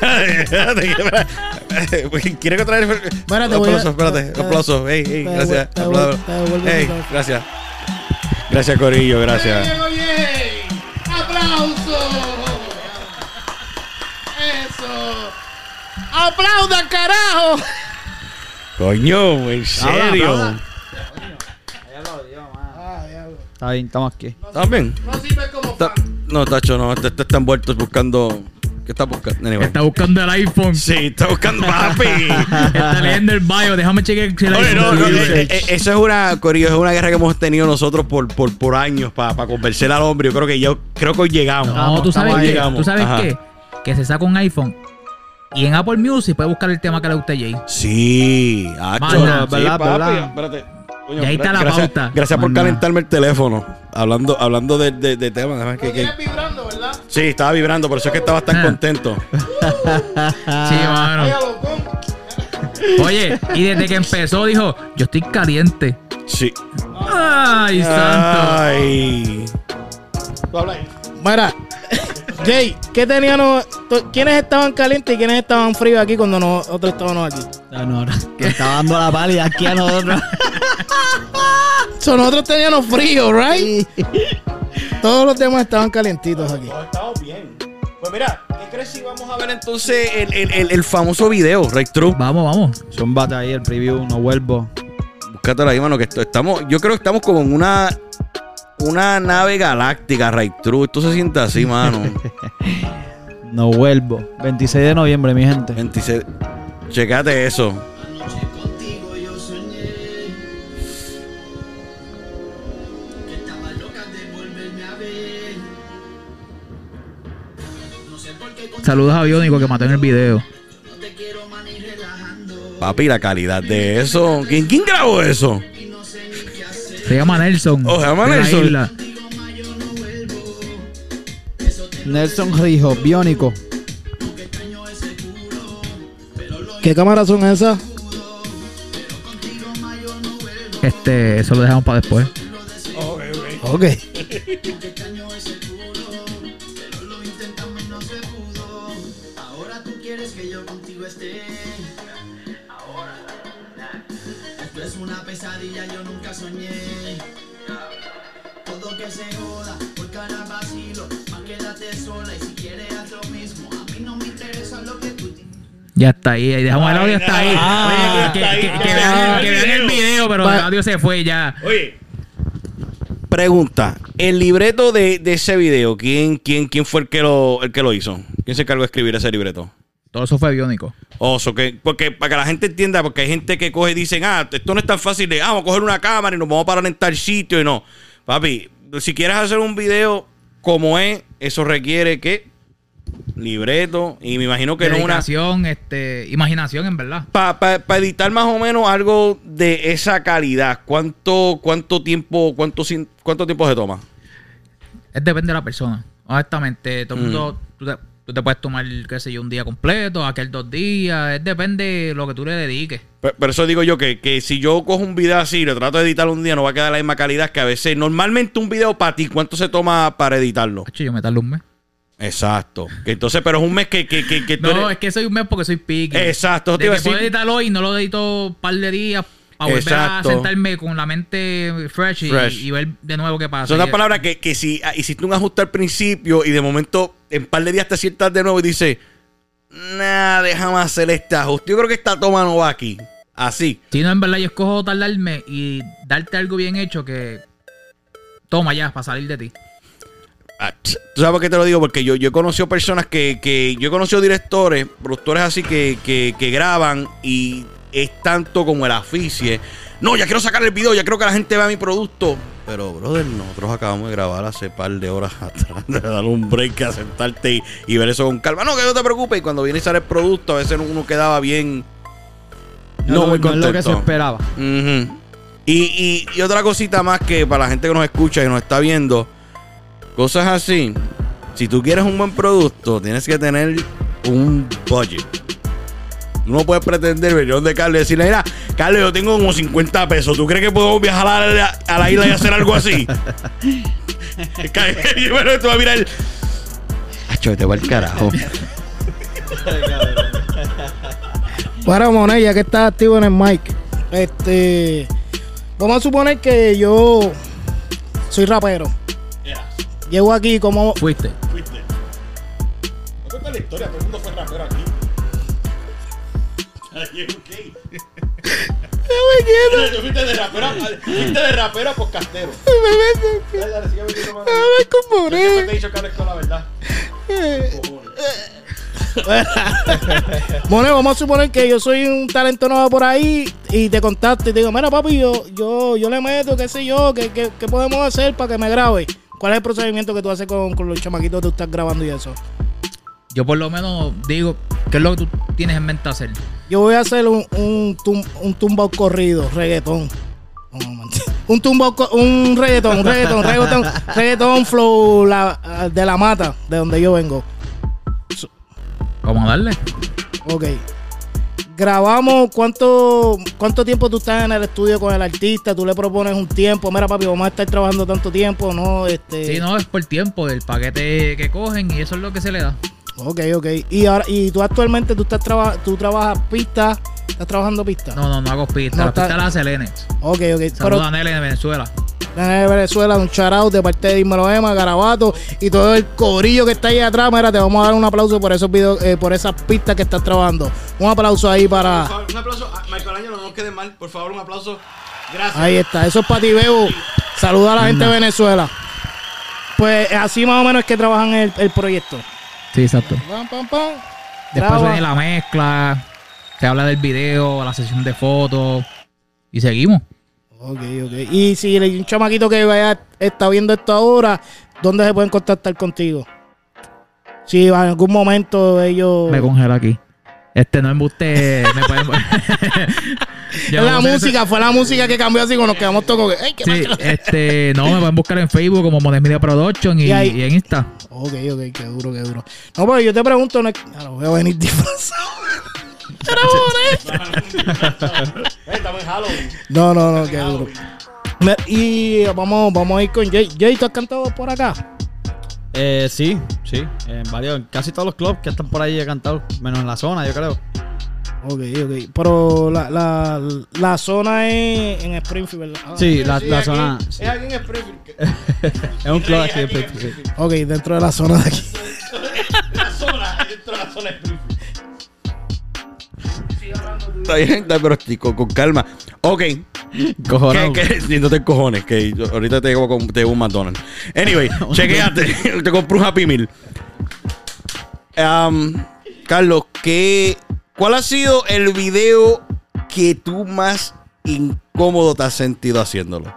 ¿Quieres que otra vez? te voy a- aplausos, espérate. te- aplausos. Ey, ey, te gracias. devuel- te devuel- Aplausos. te devuelvo el Ey, micrófono. gracias. Gracias, Corillo, gracias. ¡Aplaudan, carajo! Coño, en serio. aplauda. Está bien, estamos aquí. ¿También? No sirve como Ta- No, Tacho, no. este, Te, te están vueltos buscando. ¿Qué estás buscando? Anyway. Está buscando el iPhone. Sí, está buscando papi. Está leyendo el bio. Déjame chequear si el Oye, iPhone no, no, está eh, libre. eh, eh, eso es una, Corillo, es una guerra que hemos tenido nosotros por, por, por años para convencer al hombre. Yo creo que yo creo que hoy llegamos. No, tú sabes Hoy qué. llegamos. Tú sabes Ajá. qué. Que se saca un iPhone y en Apple Music puede buscar el tema que le gusta a Jay. Sí, hacho. Mano, Sí, ¿verdad, papi, verdad? espérate. Coño, Y ahí está la gracias, pauta. Gracias por Manda. calentarme el teléfono. Hablando, hablando de, de, de temas. además que- que- vibrando, ¿verdad? sí, estaba vibrando, por eso es que estabas tan Ah. contento. Ah. Sí, mano. locón. Oye, y desde que empezó dijo, yo estoy caliente. Sí. Ay, Ah. santo. Ay. Mira, Jay, ¿qué teníamos? to- ¿Quiénes estaban calientes y quiénes estaban fríos aquí cuando nosotros estábamos aquí? Ah, No, no, no, que está dando la pálida aquí a nosotros. So, nosotros teníamos frío, right? Todos los demás estaban calentitos aquí. Estamos bien. Pues mira, ¿qué crees si vamos a ver entonces el, el, el, el famoso video, Ray True? Vamos, vamos. Son bata ahí, el preview, no vuelvo. Búscate ahí, mano, que esto- estamos. Yo creo que estamos como en una. Una nave galáctica, Ray True. Esto se siente así, mano. No vuelvo. 26 de noviembre, mi gente. 26. Checate eso. Saludos a Bionico que mató en el video. Papi, la calidad de eso. ¿Quién, quién grabó eso? Se llama Nelson. Oh, se llama de la Nelson. isla. Nelson Rijo, biónico. ¿Qué cámaras son esas? Este, eso lo dejamos para después. Ok. Ya está ahí, ahí dejamos el audio hasta ahí. Ah, Oye, que, está ahí, que- ya que está vean, ahí. que vean el video, pero Va- el audio se fue ya. Oye. Pregunta. El libreto de, de ese video, ¿quién, quién, quién fue el que, lo, el que lo hizo? ¿Quién se encargó de escribir ese libreto? Todo eso fue biónico. Oso, que, porque para que la gente entienda, porque hay gente que coge y dicen, ah, esto no es tan fácil de, ah, vamos a coger una cámara y nos vamos a parar en tal sitio y no. Papi, si quieres hacer un video como es, eso requiere que libreto y me imagino que no es una... Dedicación, este, imaginación, en verdad. Para editar más o menos algo de esa calidad, ¿cuánto, cuánto tiempo cuánto, sin- cuánto tiempo se toma? Es depende de la persona. Honestamente, todo el mundo, Mm. tú, te, tú te puedes tomar, qué sé yo, un día completo, aquel dos días. Es depende de lo que tú le dediques. Pero, pero eso digo yo que, que si yo cojo un video así y lo trato de editar un día, no va a quedar la misma calidad que a veces. Normalmente un video para ti, ¿cuánto se toma para editarlo? Hacho, yo me tardé un mes. Exacto. Que entonces, pero es un mes que, que, que, que tú No, eres- es que soy un mes porque soy pique. Exacto, te De iba a que puedo decir. editarlo hoy, no lo edito un par de días. para volver Exacto. a sentarme con la mente fresh, y- Fresh. Y, ver de nuevo qué pasa. Son Y- las palabras que, que si ah, hiciste un ajuste al principio y de momento en par de días te sientas de nuevo y dices, nah, déjame hacer este ajuste. Yo creo que esta toma no va aquí. Así. Si no, en verdad yo escojo tardarme y darte algo bien hecho que toma ya para salir de ti. Ah, tss. ¿Tú sabes por qué te lo digo? Porque yo, yo he conocido personas que, que- Yo he conocido directores, productores así que, que- que graban y es tanto como el aficie. No, ya quiero sacar el video, ya creo que la gente vea mi producto. Pero, brother, nosotros acabamos de grabar hace par de horas atrás. De dar un break, a sentarte y, y ver eso con calma. No, que no te preocupes. Y cuando viene y sale el producto, a veces uno quedaba bien. No, es muy lo- no es lo que se contento. esperaba. Ujú. y, y- y otra cosita más que para la gente que nos escucha y nos está viendo, cosas así. Si tú quieres un buen producto, tienes que tener un budget. Tú No puedes pretender venir de Carlos y decirle, mira, Carlos, yo tengo como 50 pesos. ¿Tú crees que podemos viajar a la, a la isla y hacer algo así? Carlos, bueno, tú vas a mirar el... Acho, te va el carajo. Bueno, Monet, ya que estás activo en el mic, este. Vamos a suponer que yo soy rapero. Llego aquí como. Fuiste. con Monet. Monet, vamos a suponer que yo soy un talento nuevo por ahí y te contacto y te digo, mira papi, yo, yo, yo le meto, qué sé yo, qué, qué- qué podemos hacer para que me grabe. ¿Cuál es el procedimiento que tú haces con, con los chamaquitos que tú estás grabando y eso? Yo por lo menos digo, ¿qué es lo que tú tienes en mente hacer? Yo voy a hacer un, un, tum- un tumbao corrido, reggaetón. Un momento. Un tumbao, co- un reggaetón, un reggaetón, reggaetón, reggaetón flow la- de la mata, de donde yo vengo. ¿Cómo darle? Ok. Grabamos cuánto, cuánto tiempo tú estás en el estudio con el artista, tú le propones un tiempo, mira papi, vamos a estar trabajando tanto tiempo, no, este. Si no, es por tiempo, el paquete que cogen y eso es lo que se le da. Ok, ok. Y ahora, y tú actualmente tú estás traba- tú trabajas pistas, estás trabajando pistas. No, no, no hago pistas. No, las está- pistas las hace Lene. Ok, ok. Saludos a Nele de Venezuela. Pero de Venezuela, un charao de parte de Dímelo Emma, Garabato y todo el corillo que está ahí atrás, mira, te vamos a dar un aplauso por esos videos, eh, por esas pistas que estás trabajando. Un aplauso ahí para. Un aplauso a Michael Ángel, no nos quede mal. Por favor, un aplauso. Gracias. Ahí está, eso es para ti, Bebo. Saluda a la gente de Venezuela. Pues así más o menos es que trabajan el, el proyecto. Sí, exacto. Pam, pam, pam. Después Graba. viene la mezcla, se habla del video, la sesión de fotos y seguimos. Ok, ok. Y si hay un chamaquito que vaya, está viendo esto ahora, ¿dónde se pueden contactar contigo? Si en algún momento ellos... Me congelo aquí. Este no embuste. me pueden. Es la música, fue la música que cambió así cuando nos quedamos todos como que, "Ey, qué Sí, macho". este, no, me pueden buscar en Facebook como Mones Media Production y, Y ahí- y en Insta. Ok, ok, qué duro, qué duro. No, pero yo te pregunto, no es... Ah, no, voy a venir disfrazado. Pero, joder. Estamos en Halloween. No, no, no, qué duro. Me- y vamos, vamos a ir con Jay. Jay, ¿tú has cantado por acá? Eh, sí, sí. En varios, en casi todos los clubs que están por ahí he cantado, menos en la zona, yo creo. Ok, ok. Pero la, la, la zona es en Springfield, ¿verdad? Ah, Sí, la, la zona. Es aquí en Springfield. Es un club aquí. sí, sí. Ok, dentro de la zona de aquí. Está bien, está- pero estoy con, con calma. Ok. Cojonado. Que- que- sí, no te cojones, que yo- ahorita te llevo, con- te llevo un McDonald's. Anyway, chequeate. te compro un Happy Meal. Am, Carlos, ¿qué, ¿cuál ha sido el video que tú más incómodo te has sentido haciéndolo?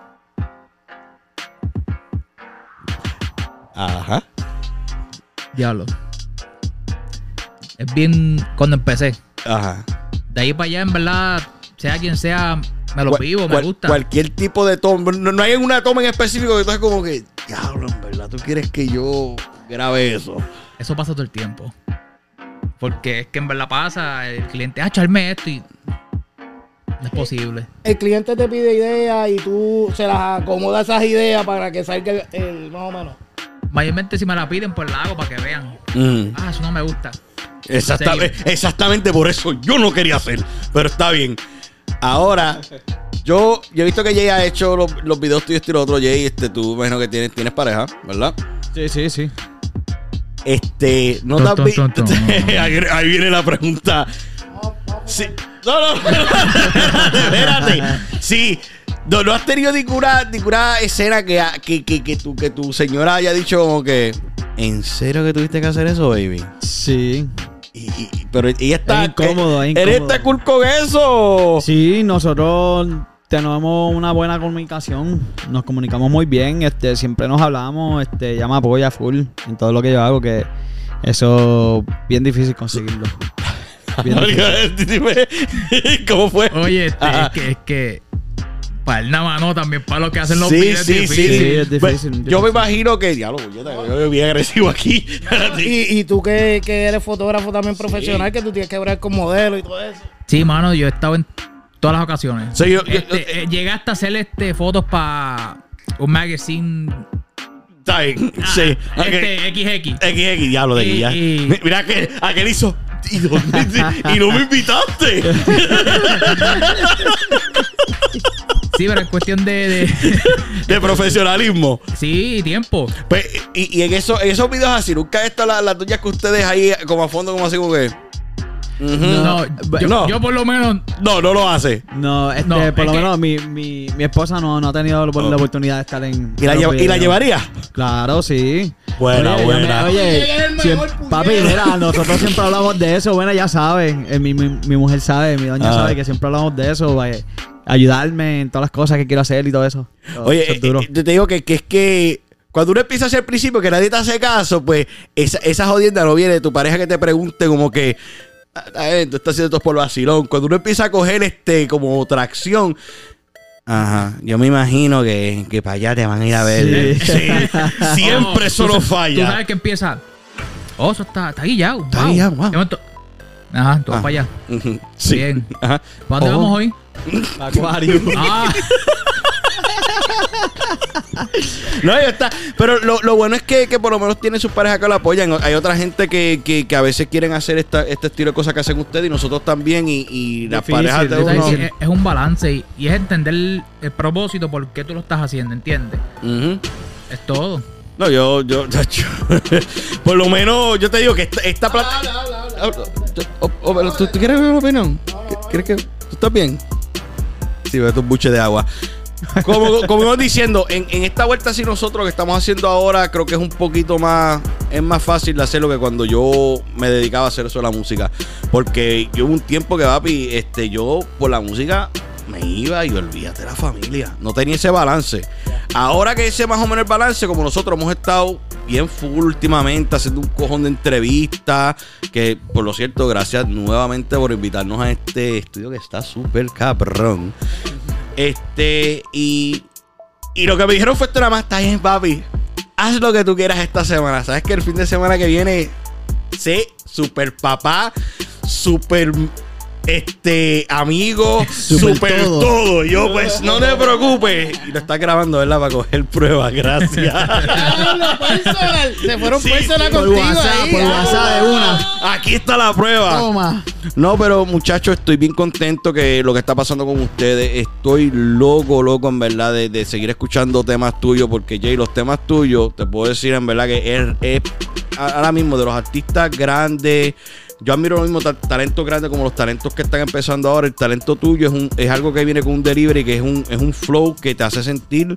Ajá. Diablo. Es bien cuando empecé. Ajá. De ahí para allá, en verdad, sea quien sea, me lo Cual- vivo, me cual- gusta. Cualquier tipo de toma. No, no hay una toma en específico que estás como que, diablo, en verdad, tú quieres que yo grabe eso. Eso pasa todo el tiempo. Porque es que en verdad pasa, el cliente, ah, echarme esto y. No es posible. El cliente te pide ideas y tú se las acomodas esas ideas para que salga el, el- más o menos. Mayormente si me la piden, pues la hago para que vean. Ah, eso no me gusta. Mm, Exactamente, Seguimos. exactamente por eso yo no quería hacer, pero está bien. Ahora, Yo, yo he visto que Jay ha hecho los, los videos tuyos y lo otro, Jay. Este, tú, me imagino que tienes, tienes pareja, ¿verdad? Sí, sí, sí. Este, no Ton, te has ton, vi- ton, ton. ahí, viene- ahí viene la pregunta. Sí. No, no, espérate, espérate. Sí. No, no has tenido ninguna, ninguna escena que, que, que, que, tu, que tu señora haya dicho como que. ¿En serio que tuviste que hacer eso, baby? Sí. Y, y- y- pero ella está. eh, Es incómodo, es ¿Eres incómodo. está cool con eso? Sí, nosotros tenemos una buena comunicación, nos comunicamos muy bien, este, siempre nos hablamos, este, ella me apoya full en todo lo que yo hago, que eso bien difícil conseguirlo. Bien difícil. Dime, ¿Cómo fue? Oye, este, Ajá. es que, es que para el mano también para los que hacen los Sí, videos sí, es difícil. Sí, Bueno, es difícil. yo me difícil. imagino que. Diablo, puñeta, yo yo bien agresivo aquí. Espérate. Y, y tú que, que eres fotógrafo también profesional, que tú tienes que hablar con modelos y todo eso. Sí, mano, yo he estado en todas las ocasiones. Sí, yo- yo- yo- Este, eh, llegué hasta hacer este, fotos para un magazine Está bien. Sí. ah, ok. este, XX. XX, diablo de Y- guía. y- Mi- Mira que aquel hizo. ¿Y, dónde te- y no me invitaste. Sí, pero es cuestión de- de De profesionalismo. sí, tiempo. Pues, y, y en, eso, en esos videos así, nunca esto las la tuyas que ustedes ahí eh, como a fondo, como así como que. Ujú. No, yo, no. yo por lo menos. No, no lo hace. No, este, No, por es lo que- menos mi, mi, mi esposa no, no ha tenido la la oportunidad de estar en. ¿Y la, en los lleva- y la videos. llevaría? Claro, sí. Buena, Oye, buena. ya me- oye, siempre- papi, mira, nosotros siempre hablamos de eso. Bueno, ya saben, eh, mi, mi- mi mujer sabe, mi doña Ah. sabe que siempre hablamos de eso. vaya, ayudarme en todas las cosas que quiero hacer y todo eso. Todo Oye, eso es duro. eh, eh, yo te digo que, que es que cuando uno empieza a hacer el principio que nadie te hace caso, pues esa, esa jodienda no viene de tu pareja que te pregunte como que, "Ah, ah, eh, tú estás haciendo esto por vacilón. Cuando uno empieza a coger este como tracción, ajá, yo me imagino que, que para allá te van a ir a ver. ¿eh? Sí. Sí, Oh, siempre tú solo sa- Tú falla. sabes que empieza. Oh, eso está, está guillado. Está wow. guillado, wow. De momento- Ajá, todo Ah. para allá. Ujú, Sí. Bien. Ajá. ¿Para dónde Oh. vamos hoy? Acuario. Ah, No, ya está. Pero lo, lo bueno es que, que por lo menos tienen sus parejas que lo apoyan. Hay otra gente que, que, que a veces quieren hacer esta, este estilo de cosas que hacen ustedes y nosotros también. Y, y las Difícil, parejas de difícil. uno. es, es un balance y, y es entender el, el propósito por qué tú lo estás haciendo, ¿entiendes? Ujú. Es todo. No, yo, yo, yo- por lo menos yo te digo que esta, esta plata. O- o- oh, pero ¿tú, tú quieres ver una opinión? ¿Quieres que.? ¿Tú estás bien? Sí, veo un buche de agua. Como, como iba diciendo, en, en esta vuelta así nosotros lo que estamos haciendo ahora, creo que es un poquito más, es más fácil de hacerlo que cuando yo me dedicaba a hacer eso de la música. Porque yo hubo un tiempo que, papi, este, yo por la música me iba y olvídate de la familia. No tenía ese balance. Ahora que ese más o menos el balance, como nosotros hemos estado bien full últimamente, haciendo un cojón de entrevistas, que por lo cierto, gracias nuevamente por invitarnos a este estudio que está súper cabrón. Este, y, y lo que me dijeron fue esto nada más, está bien, papi. Haz lo que tú quieras esta semana. Sabes que el fin de semana que viene, sé super papá, super este amigo, super, Super todo. todo. Yo, pues, no te preocupes. Y lo está grabando, ¿verdad? Para coger pruebas, gracias. Se fueron Sí, personas sí. por contigo WhatsApp, ahí. por WhatsApp de una. Aquí está la prueba. Toma. No, pero muchachos, estoy bien contento que lo que está pasando con ustedes. Estoy loco, loco, en verdad, de, de seguir escuchando temas tuyos. Porque, Jay, los temas tuyos, te puedo decir en verdad que es, es a- ahora mismo de los artistas grandes. Yo admiro lo mismo ta- talentos grandes como los talentos que están empezando ahora. El talento tuyo es, un, es algo que viene con un delivery, que es un, es un flow que te hace sentir,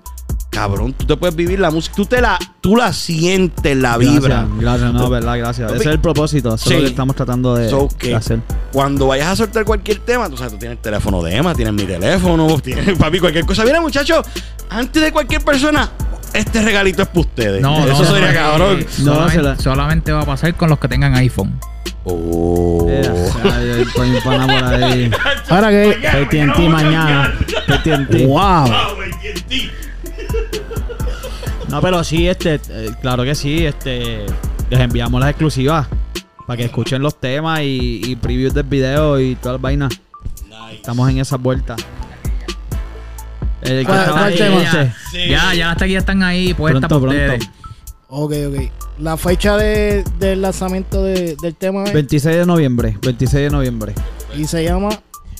cabrón, tú te puedes vivir la música, tú, te la, tú la sientes, la vibra. Gracias, gracias, no, verdad, gracias. Ese es el propósito, eso es Sí. lo que estamos tratando de, So que de hacer. Cuando vayas a soltar cualquier tema, tú sabes, tú tienes el teléfono de Emma, tienes mi teléfono, tienes papi, cualquier cosa. Mira, muchachos, antes de cualquier persona, este regalito es para ustedes. No, no, Eso no, sería eh, cabrón. No, se solamente, la- solamente va a pasar con los que tengan iPhone. Oh. Eh, ay, ay, por mi pana por ahí. Ahora que. AT&T mañana. AT&T. ¡Wow! No, pero sí, este, eh, claro que sí, este, les enviamos las exclusivas para que escuchen los temas y, y previews del video y todas las vainas. Estamos en esa vuelta. El que ¿Cuál- estaba cuál ahí, tema? ese. Ah, ya, ya, ya, hasta aquí ya están ahí puestas Pronto, por pronto. ustedes. Ok, ok. La fecha de, del lanzamiento de- del tema es- 26 de noviembre, 26 de noviembre. y se llama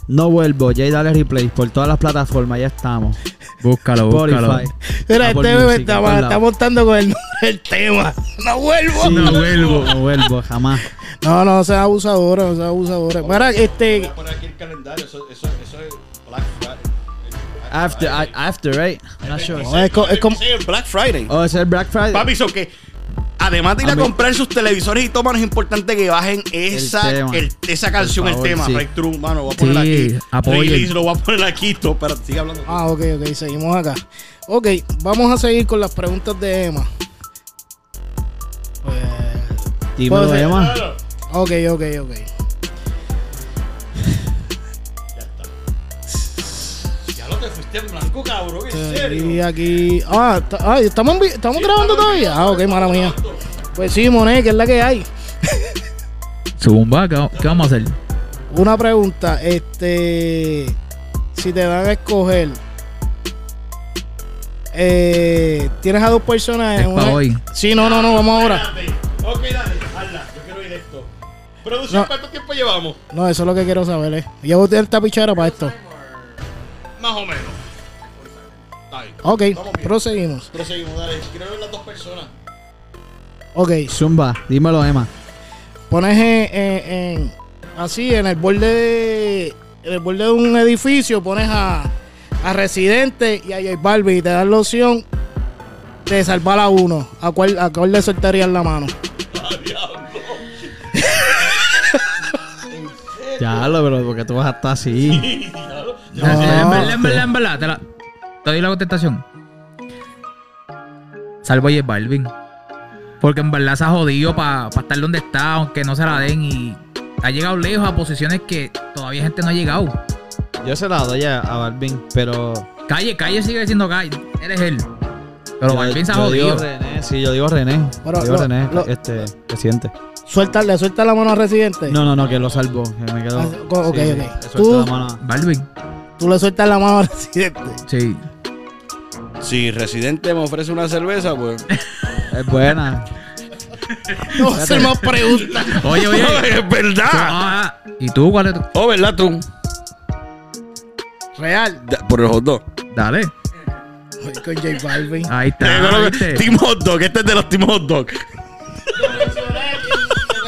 No vuelvo, Jay, dale replay. Por todas las plataformas, ya estamos. Búscalo, búscalo. Spotify. Mira, Apple este bebé Music, está, por lado. está montando con el, el tema. No vuelvo. Sí, no vuelvo. No vuelvo, jamás. No, no, sea abusadora, no sea abusadora. Mira, este. Voy a poner aquí el calendario. Eso, eso, eso es Black Friday. After, I- after, right? I'm not sure. no, es, co- es como. Sí, el Black Friday. Oh, es el Black Friday. Papi, so que además de ir a, A mí- comprar sus televisores y tomas, es importante que bajen esa, tema. el- esa canción, favor, el tema. sí. Breakthrough, mano, lo voy a poner Sí, aquí. apoyen. Release, lo voy a poner aquí. Todo, espera, sigue hablando. Ah, ok, ok, seguimos acá. Ok, vamos a seguir con las preguntas de Emma. Pues. Dímelo, Puede ser. Emma. Ok, ok, ok. Ya lo te fuiste en blanco, cabrón, Y aquí. Ah, ta- ah, ¿estamos, en vi- ¿estamos grabando todavía? Ah, ok, mala mía. Pues sí, Monet, que es la que hay. Zumba, ¿qué, qué vamos a hacer? Una pregunta, este. Si te dan a escoger. eh, tienes a dos personas Es en pa' hoy. Sí, no, no, no, vamos ahora. Ok, dale, hazla. Yo quiero ir esto. Producción, No. ¿cuánto tiempo llevamos? No, eso es lo que quiero saber, eh. Yo voy a tener tapichera para esto. Más o menos. Está bien. Ok, Estamos bien. proseguimos. Proseguimos, dale. Quiero ver las dos personas. Ok, Zumba, dímelo, Emma. pones en, en- en- así en el borde de, en el borde de un edificio, pones a, a Residente y a J Balvin y te dan la opción de salvar a uno. ¿A cuál, a cuál le soltarías la mano? Ya lo, pero porque tú vas a estar así. En verdad, este. en verdad, en verdad, te, la- te doy la contestación. Salvo a J Balvin. Porque en verdad se ha jodido para estar donde está, aunque no se la den. Y ha llegado lejos a posiciones que todavía gente no ha llegado. Yo se la doy a, a Balvin, pero. Calle, calle sigue siendo calle. Eres él. Pero yo- Balvin se ha yo digo jodido. René, sí, yo digo René. Pero digo lo- René, lo- este, presidente. Suelta, le suelta la mano a Residente. No, no, no, que lo salvo. Que me quedo. Ah, co- ok, sí, ok. sí, le suelto Tú- la mano a- Balvin. Tú le sueltas la mano a Residente. Sí. Si Residente me ofrece una cerveza, pues. Es buena. No voy a hacer más preguntas. Oye, oye. No, es verdad. Ah, ¿Y tú cuál es tu- Oh, ¿verdad tú? Real. Da- Por el hot dog. Dale. Voy con J Balvin. Ahí Eh, está. creo que- ¿viste? Team Hot Dog, este es de los Team Hot Dog.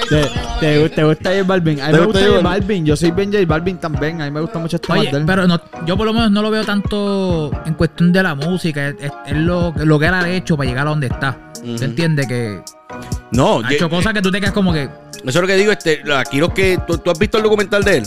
¿Te, te, gu- te gusta J Balvin? A mí ¿Te me gusta gusta J J Balvin? Balvin. Yo soy bien J Balvin también. A mí me gusta mucho este Oye, pero no- yo por lo menos no lo veo tanto en cuestión de la música. Es, es- es lo, lo que él ha hecho para llegar a donde está. Ujú. eh, ¿Te entiendes? Que No, ha ye- hecho cosas que tú te quedas como que. eso es lo que digo. Este, aquí los que. ¿tú, tú has visto el documental de él?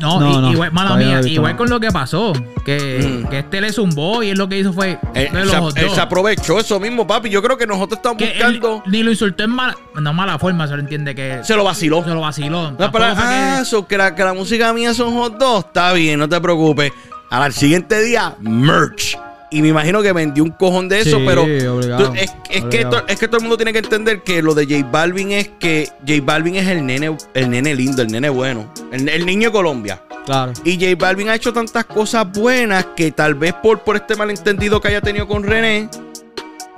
No, No, i- no, igual, mala todavía no mía, lo he visto, igual no. con lo que pasó. Que, Mm. Eh, que este le zumbó y él lo que hizo fue. Él, de él los se, hot él dogs. se aprovechó eso mismo, papi. Yo creo que nosotros estamos Que él buscando. ni lo insultó en mala. No, mala forma, se lo entiende. Que Se lo vaciló. se lo vaciló. No, Tampoco pero, fue que- ah, so que, la, que la música mía son hot dogs. Está bien, no te preocupes. Al siguiente día, merch. Y me imagino que vendió un cojón de eso, Sí, pero obligado, tú- es, es que obligado. to- es que todo el mundo tiene que entender que lo de J Balvin es que J Balvin es el nene, el nene lindo, el nene bueno, el, el niño de Colombia. Claro. Y J Balvin ha hecho tantas cosas buenas que tal vez por, por este malentendido que haya tenido con René,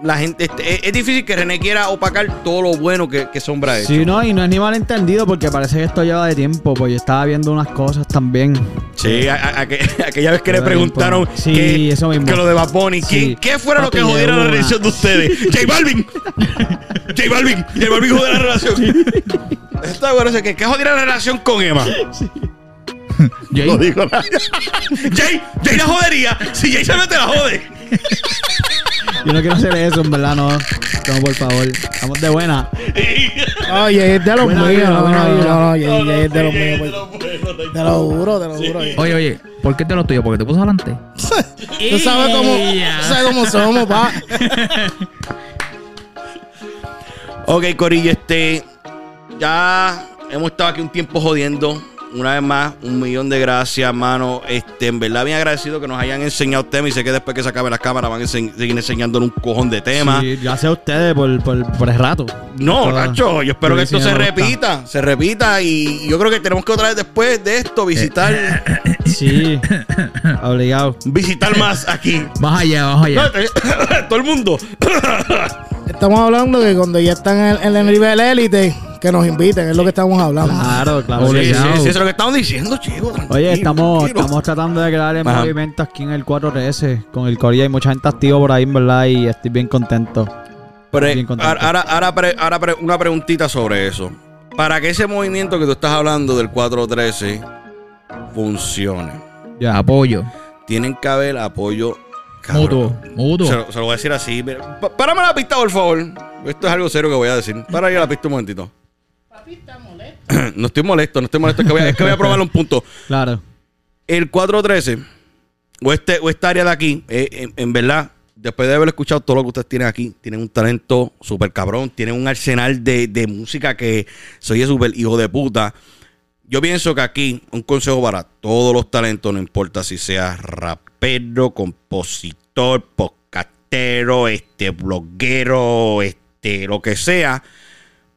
la gente este, es, es difícil que René quiera opacar todo lo bueno que, que Sombra ha hecho. Sí, no, y no es ni malentendido porque parece que esto lleva de tiempo. Pues yo estaba viendo unas cosas también. Sí, a- a- aqu- aquella vez que le Lleva preguntaron tiempo. Sí, que, eso mismo. que lo de Bad Bunny, ¿quién- Sí. ¿qué fuera lo Papi, que de jodiera la una. relación de ustedes? ¡J Balvin! ¡J Balvin! ¡J Balvin jodió la relación! Está bueno, o sea, que ¿qué jodiera la relación con Emma? Jay, No digo nada. Jay, Jay la jodería. Si Jay se mete, la jode. Yo no quiero hacer eso, en verdad, no. No, por favor. Estamos de buena. Oye, es de los Buena míos. vida, No, buena no, vida. no, J- J es de los míos. pues. Te lo juro, te lo juro. J. Oye, oye, ¿por qué te lo tuyo? Porque te puso adelante. Tú sabes cómo, tú sabes cómo somos, pa. Ok, Corillo, este. Ya hemos estado aquí un tiempo jodiendo. Una vez más, un millón de gracias, hermano. Este, en verdad, bien agradecido que nos hayan enseñado temas. Y sé que después que se acabe la cámara van a ense- seguir enseñándonos un cojón de temas. Sí, gracias a ustedes por, por, por el rato. No, Toda- Nacho, yo espero Yo que esto se diseño me repita. Se repita. Y yo creo que tenemos que otra vez después de esto visitar, Eh. Sí. Obligado. visitar más aquí. Vas allá, vas allá. Todo el mundo. Estamos hablando que cuando ya están en, en el nivel élite, que nos inviten, es lo que estamos hablando. Claro, claro. Sí, sí, obligado. sí, eso es lo que estamos diciendo, chico. tranquilo, Oye, estamos, tranquilo. estamos tratando de crear el Ajá. movimiento aquí en el 4RS con el Corea. Hay mucha gente activa por ahí, en verdad, y estoy bien contento. Pero, bien contento. ahora, ahora- ahora pre- ahora pre- una preguntita sobre eso. Para que ese movimiento que tú estás hablando del 413 funcione, Ya, apoyo. tienen que haber apoyo cabrón. Mutuo. Mutuo. Se, lo- se lo voy a decir así. mira. Pa- Párame la pista, por favor. Esto es algo serio que voy a decir. Para ir a la pista un momentito. molesto. no estoy molesto, no estoy molesto. Es que voy a, es que voy a probar un punto. Claro. El 413, o, este, o esta área de aquí, eh, en, en verdad, después de haber escuchado todo lo que ustedes tienen aquí, tienen un talento súper cabrón, tienen un arsenal de, de música que soy súper hijo de puta. Yo pienso que aquí, un consejo para todos los talentos, no importa si seas rapero, compositor, podcastero, este, bloguero, este, lo que sea.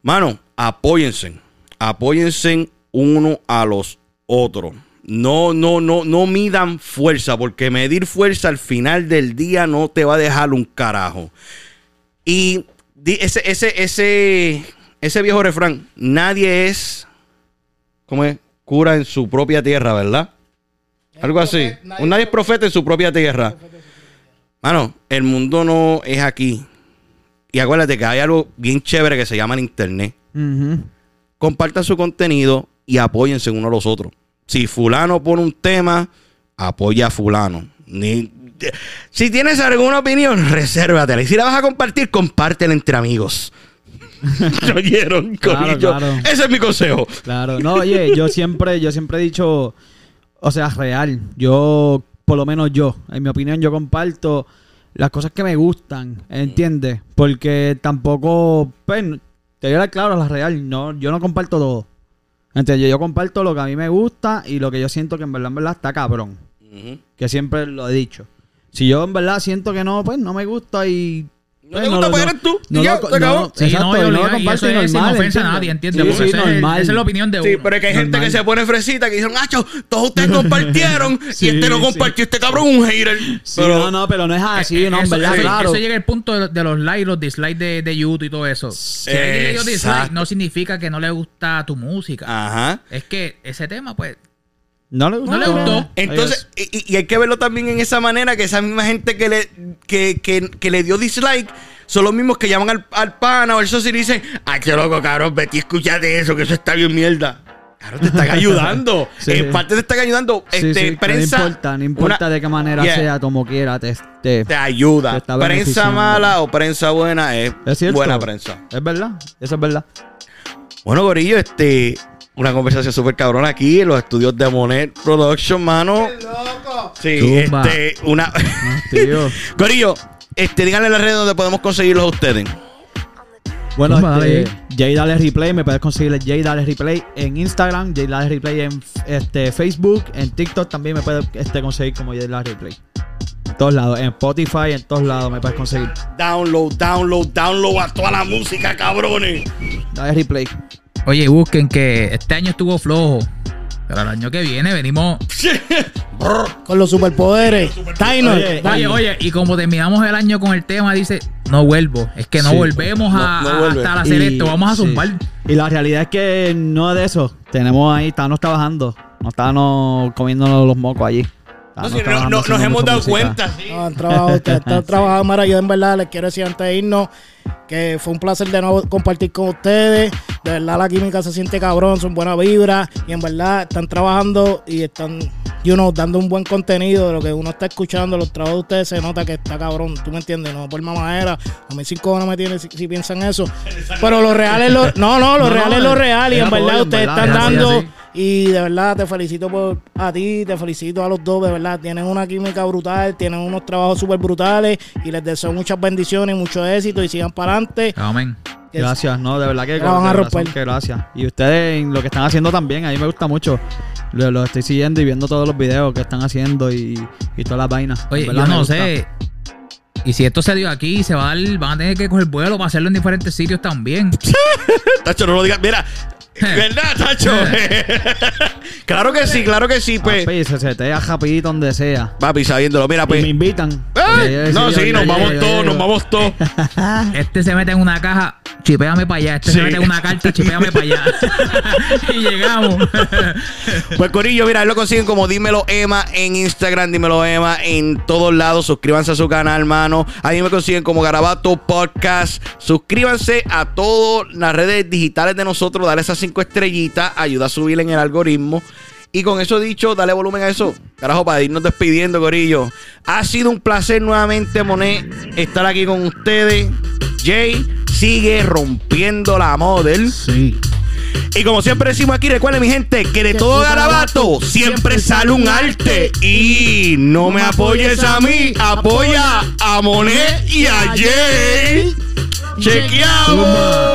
Mano, apóyense. Apóyense uno a los otros. No, no, no, no midan fuerza, porque medir fuerza al final del día no te va a dejar un carajo. Y di- ese, ese, ese, ese viejo refrán, nadie es, ¿cómo es? Cura en su propia tierra, ¿verdad? Algo así. Un Nadie es profeta en su propia tierra. Mano, el mundo no es aquí. Y acuérdate que hay algo bien chévere que se llama el internet Ujú. compartan su contenido y apóyense uno a los otros. Si fulano pone un tema, apoya a fulano. Ni- si tienes alguna opinión, resérvatela. Y si la vas a compartir, compártela entre amigos. ¿Me ¿Oyeron, Claro, corillo? claro. Ese es mi consejo. Claro, no, oye, yo siempre, yo siempre he dicho, o sea, real, yo, por lo menos yo, en mi opinión, yo comparto las cosas que me gustan, ¿entiendes? Porque tampoco, pues, te voy a dar claro, la real, no, yo no comparto todo. ¿Entiendes? Yo comparto lo que a mí me gusta y lo que yo siento que en verdad, en verdad está cabrón, que siempre lo he dicho. Si yo en verdad siento que no, pues no me gusta y... No te pues, gusta, lo- pues eres tú. No, Y ya, lo- se acabó. no, Sí, exacto, no, y no yo lo obligado, y comparto eso y es sin normal, ofensa a ¿entiendes? nadie, ¿entiendes? Sí, Porque sí, esa es- normal. esa es la opinión de uno. Sí, pero es que hay gente que se pone fresita que dicen, macho, todos ustedes compartieron Sí, y este no sí. compartió, este cabrón es un hater. Sí, Pero- no, no, pero no es así, no, en Ah, eh, eso, verdad, eso- claro. eso llega al punto de, lo- de los likes, los dislikes de, de YouTube y todo eso. Si alguien le dio dislike, Exacto. no significa que no le gusta tu Ah. música. Ajá. Es que ese tema, pues, No le no le gustó. Entonces, y, y- y hay que verlo también en esa manera, que esa misma gente que le, que, que- que le dio dislike son los mismos que llaman al, al pana o al socio y le dicen, ay, qué loco, cabrón, Betty, escúchate eso, que eso está bien mierda. Claro, te están ayudando. Sí. En parte te están ayudando. Sí, este, sí, que prensa, no importa, no importa una- de qué manera Yeah. sea, como quiera, te, te- Te te ayuda. está prensa beneficiando. mala o prensa buena es, es cierto. buena prensa. Es verdad, eso es verdad. Bueno, Gorillo, este, una conversación súper cabrona aquí en los estudios de Monet Production, mano. Sí, Zumba. este, una... Tío. Corillo, este, díganle en las redes donde podemos conseguirlos a ustedes. Bueno, Zumba, este, dale. Jay Dale Replay, me puedes conseguir el Jay Dale Replay en Instagram, Jay Dale Replay en este, Facebook, en TikTok también me puedes este, conseguir como Jay Dale Replay. En todos lados, en Spotify, en todos lados me puedes conseguir. Download, download, download a toda la música, cabrones. Dale Replay. Oye, busquen que este año estuvo flojo. Pero el año que viene venimos. Con los superpoderes. Taino. Oye, Oye, oye, y como terminamos el año con el tema, dice, no vuelvo. Es que no Sí, volvemos a, no a- vuelve. hasta hacer Y- esto. Vamos a sí. zumbar. Y la realidad es que no de eso. Tenemos ahí, Thanos está bajando. No está no, comiéndonos los mocos allí. Thanos está bajando nos haciendo hemos mucha dado música. cuenta. sí. No, han trabajado, ustedes están trabajando. Mira, yo en verdad les quiero decir antes de irnos que fue un placer de nuevo compartir con ustedes. De verdad, la química se siente cabrón, son buenas vibras. Y en verdad, están trabajando y están, you know, dando un buen contenido de lo que uno está escuchando. Los trabajos de ustedes se nota que está cabrón, ¿tú me entiendes? No por mamadera. A mí cinco no me tienen si, si piensan eso. Pero lo real es lo. No, no, lo No, real no, es lo real. Y era en verdad, apoyo, en ustedes verdad, están era así, dando. así. Y de verdad te felicito por a ti, te felicito a los dos, de verdad. Tienen una química brutal, tienen unos trabajos súper brutales y les deseo muchas bendiciones, mucho éxito y sigan para adelante. Amén. Que- Gracias, no, de verdad que La van a de corazón romper. que gracias. Y ustedes en lo que están haciendo también, a mí me gusta mucho. Lo, lo estoy siguiendo y viendo todos los videos que están haciendo y, y todas las vainas. Oye, En verdad yo me no gusta. sé. Y si esto se dio aquí, se va a dar, van a tener que coger vuelo para hacerlo en diferentes sitios también. Tacho, no lo digas. Mira, ¿verdad, Tacho? claro que sí, claro que sí, pues. Ah, pues. Papi, se setea rapidito donde sea. Papi, sabiéndolo, mira, Y me pues. invitan. ¡Ah! Sí, No, sí, sí, yo nos llego, vamos yo todos, llego. nos vamos todos. Este se mete en una caja, chipéame para allá. Este Sí. se mete en una carta, chipéame para allá. y llegamos. Pues Corillo, mira, lo consiguen como Dímelo Emma en Instagram, Dímelo Emma en todos lados. Suscríbanse a su canal, hermano. Ahí me consiguen como Garabato Podcast. Suscríbanse a todas las redes digitales de nosotros. Dale esas cinco estrellitas. Ayuda a subir en el algoritmo. Y con eso dicho, dale volumen a eso. Carajo, para irnos despidiendo, Corillo. Ha sido un placer nuevamente, Monet, estar aquí con ustedes. Jay sigue rompiendo la model. Sí. Y como siempre decimos aquí, recuerden mi gente, que de todo garabato siempre sale un arte. Y no me apoyes a mí, apoya a Monet y a Jay. Chequeamos.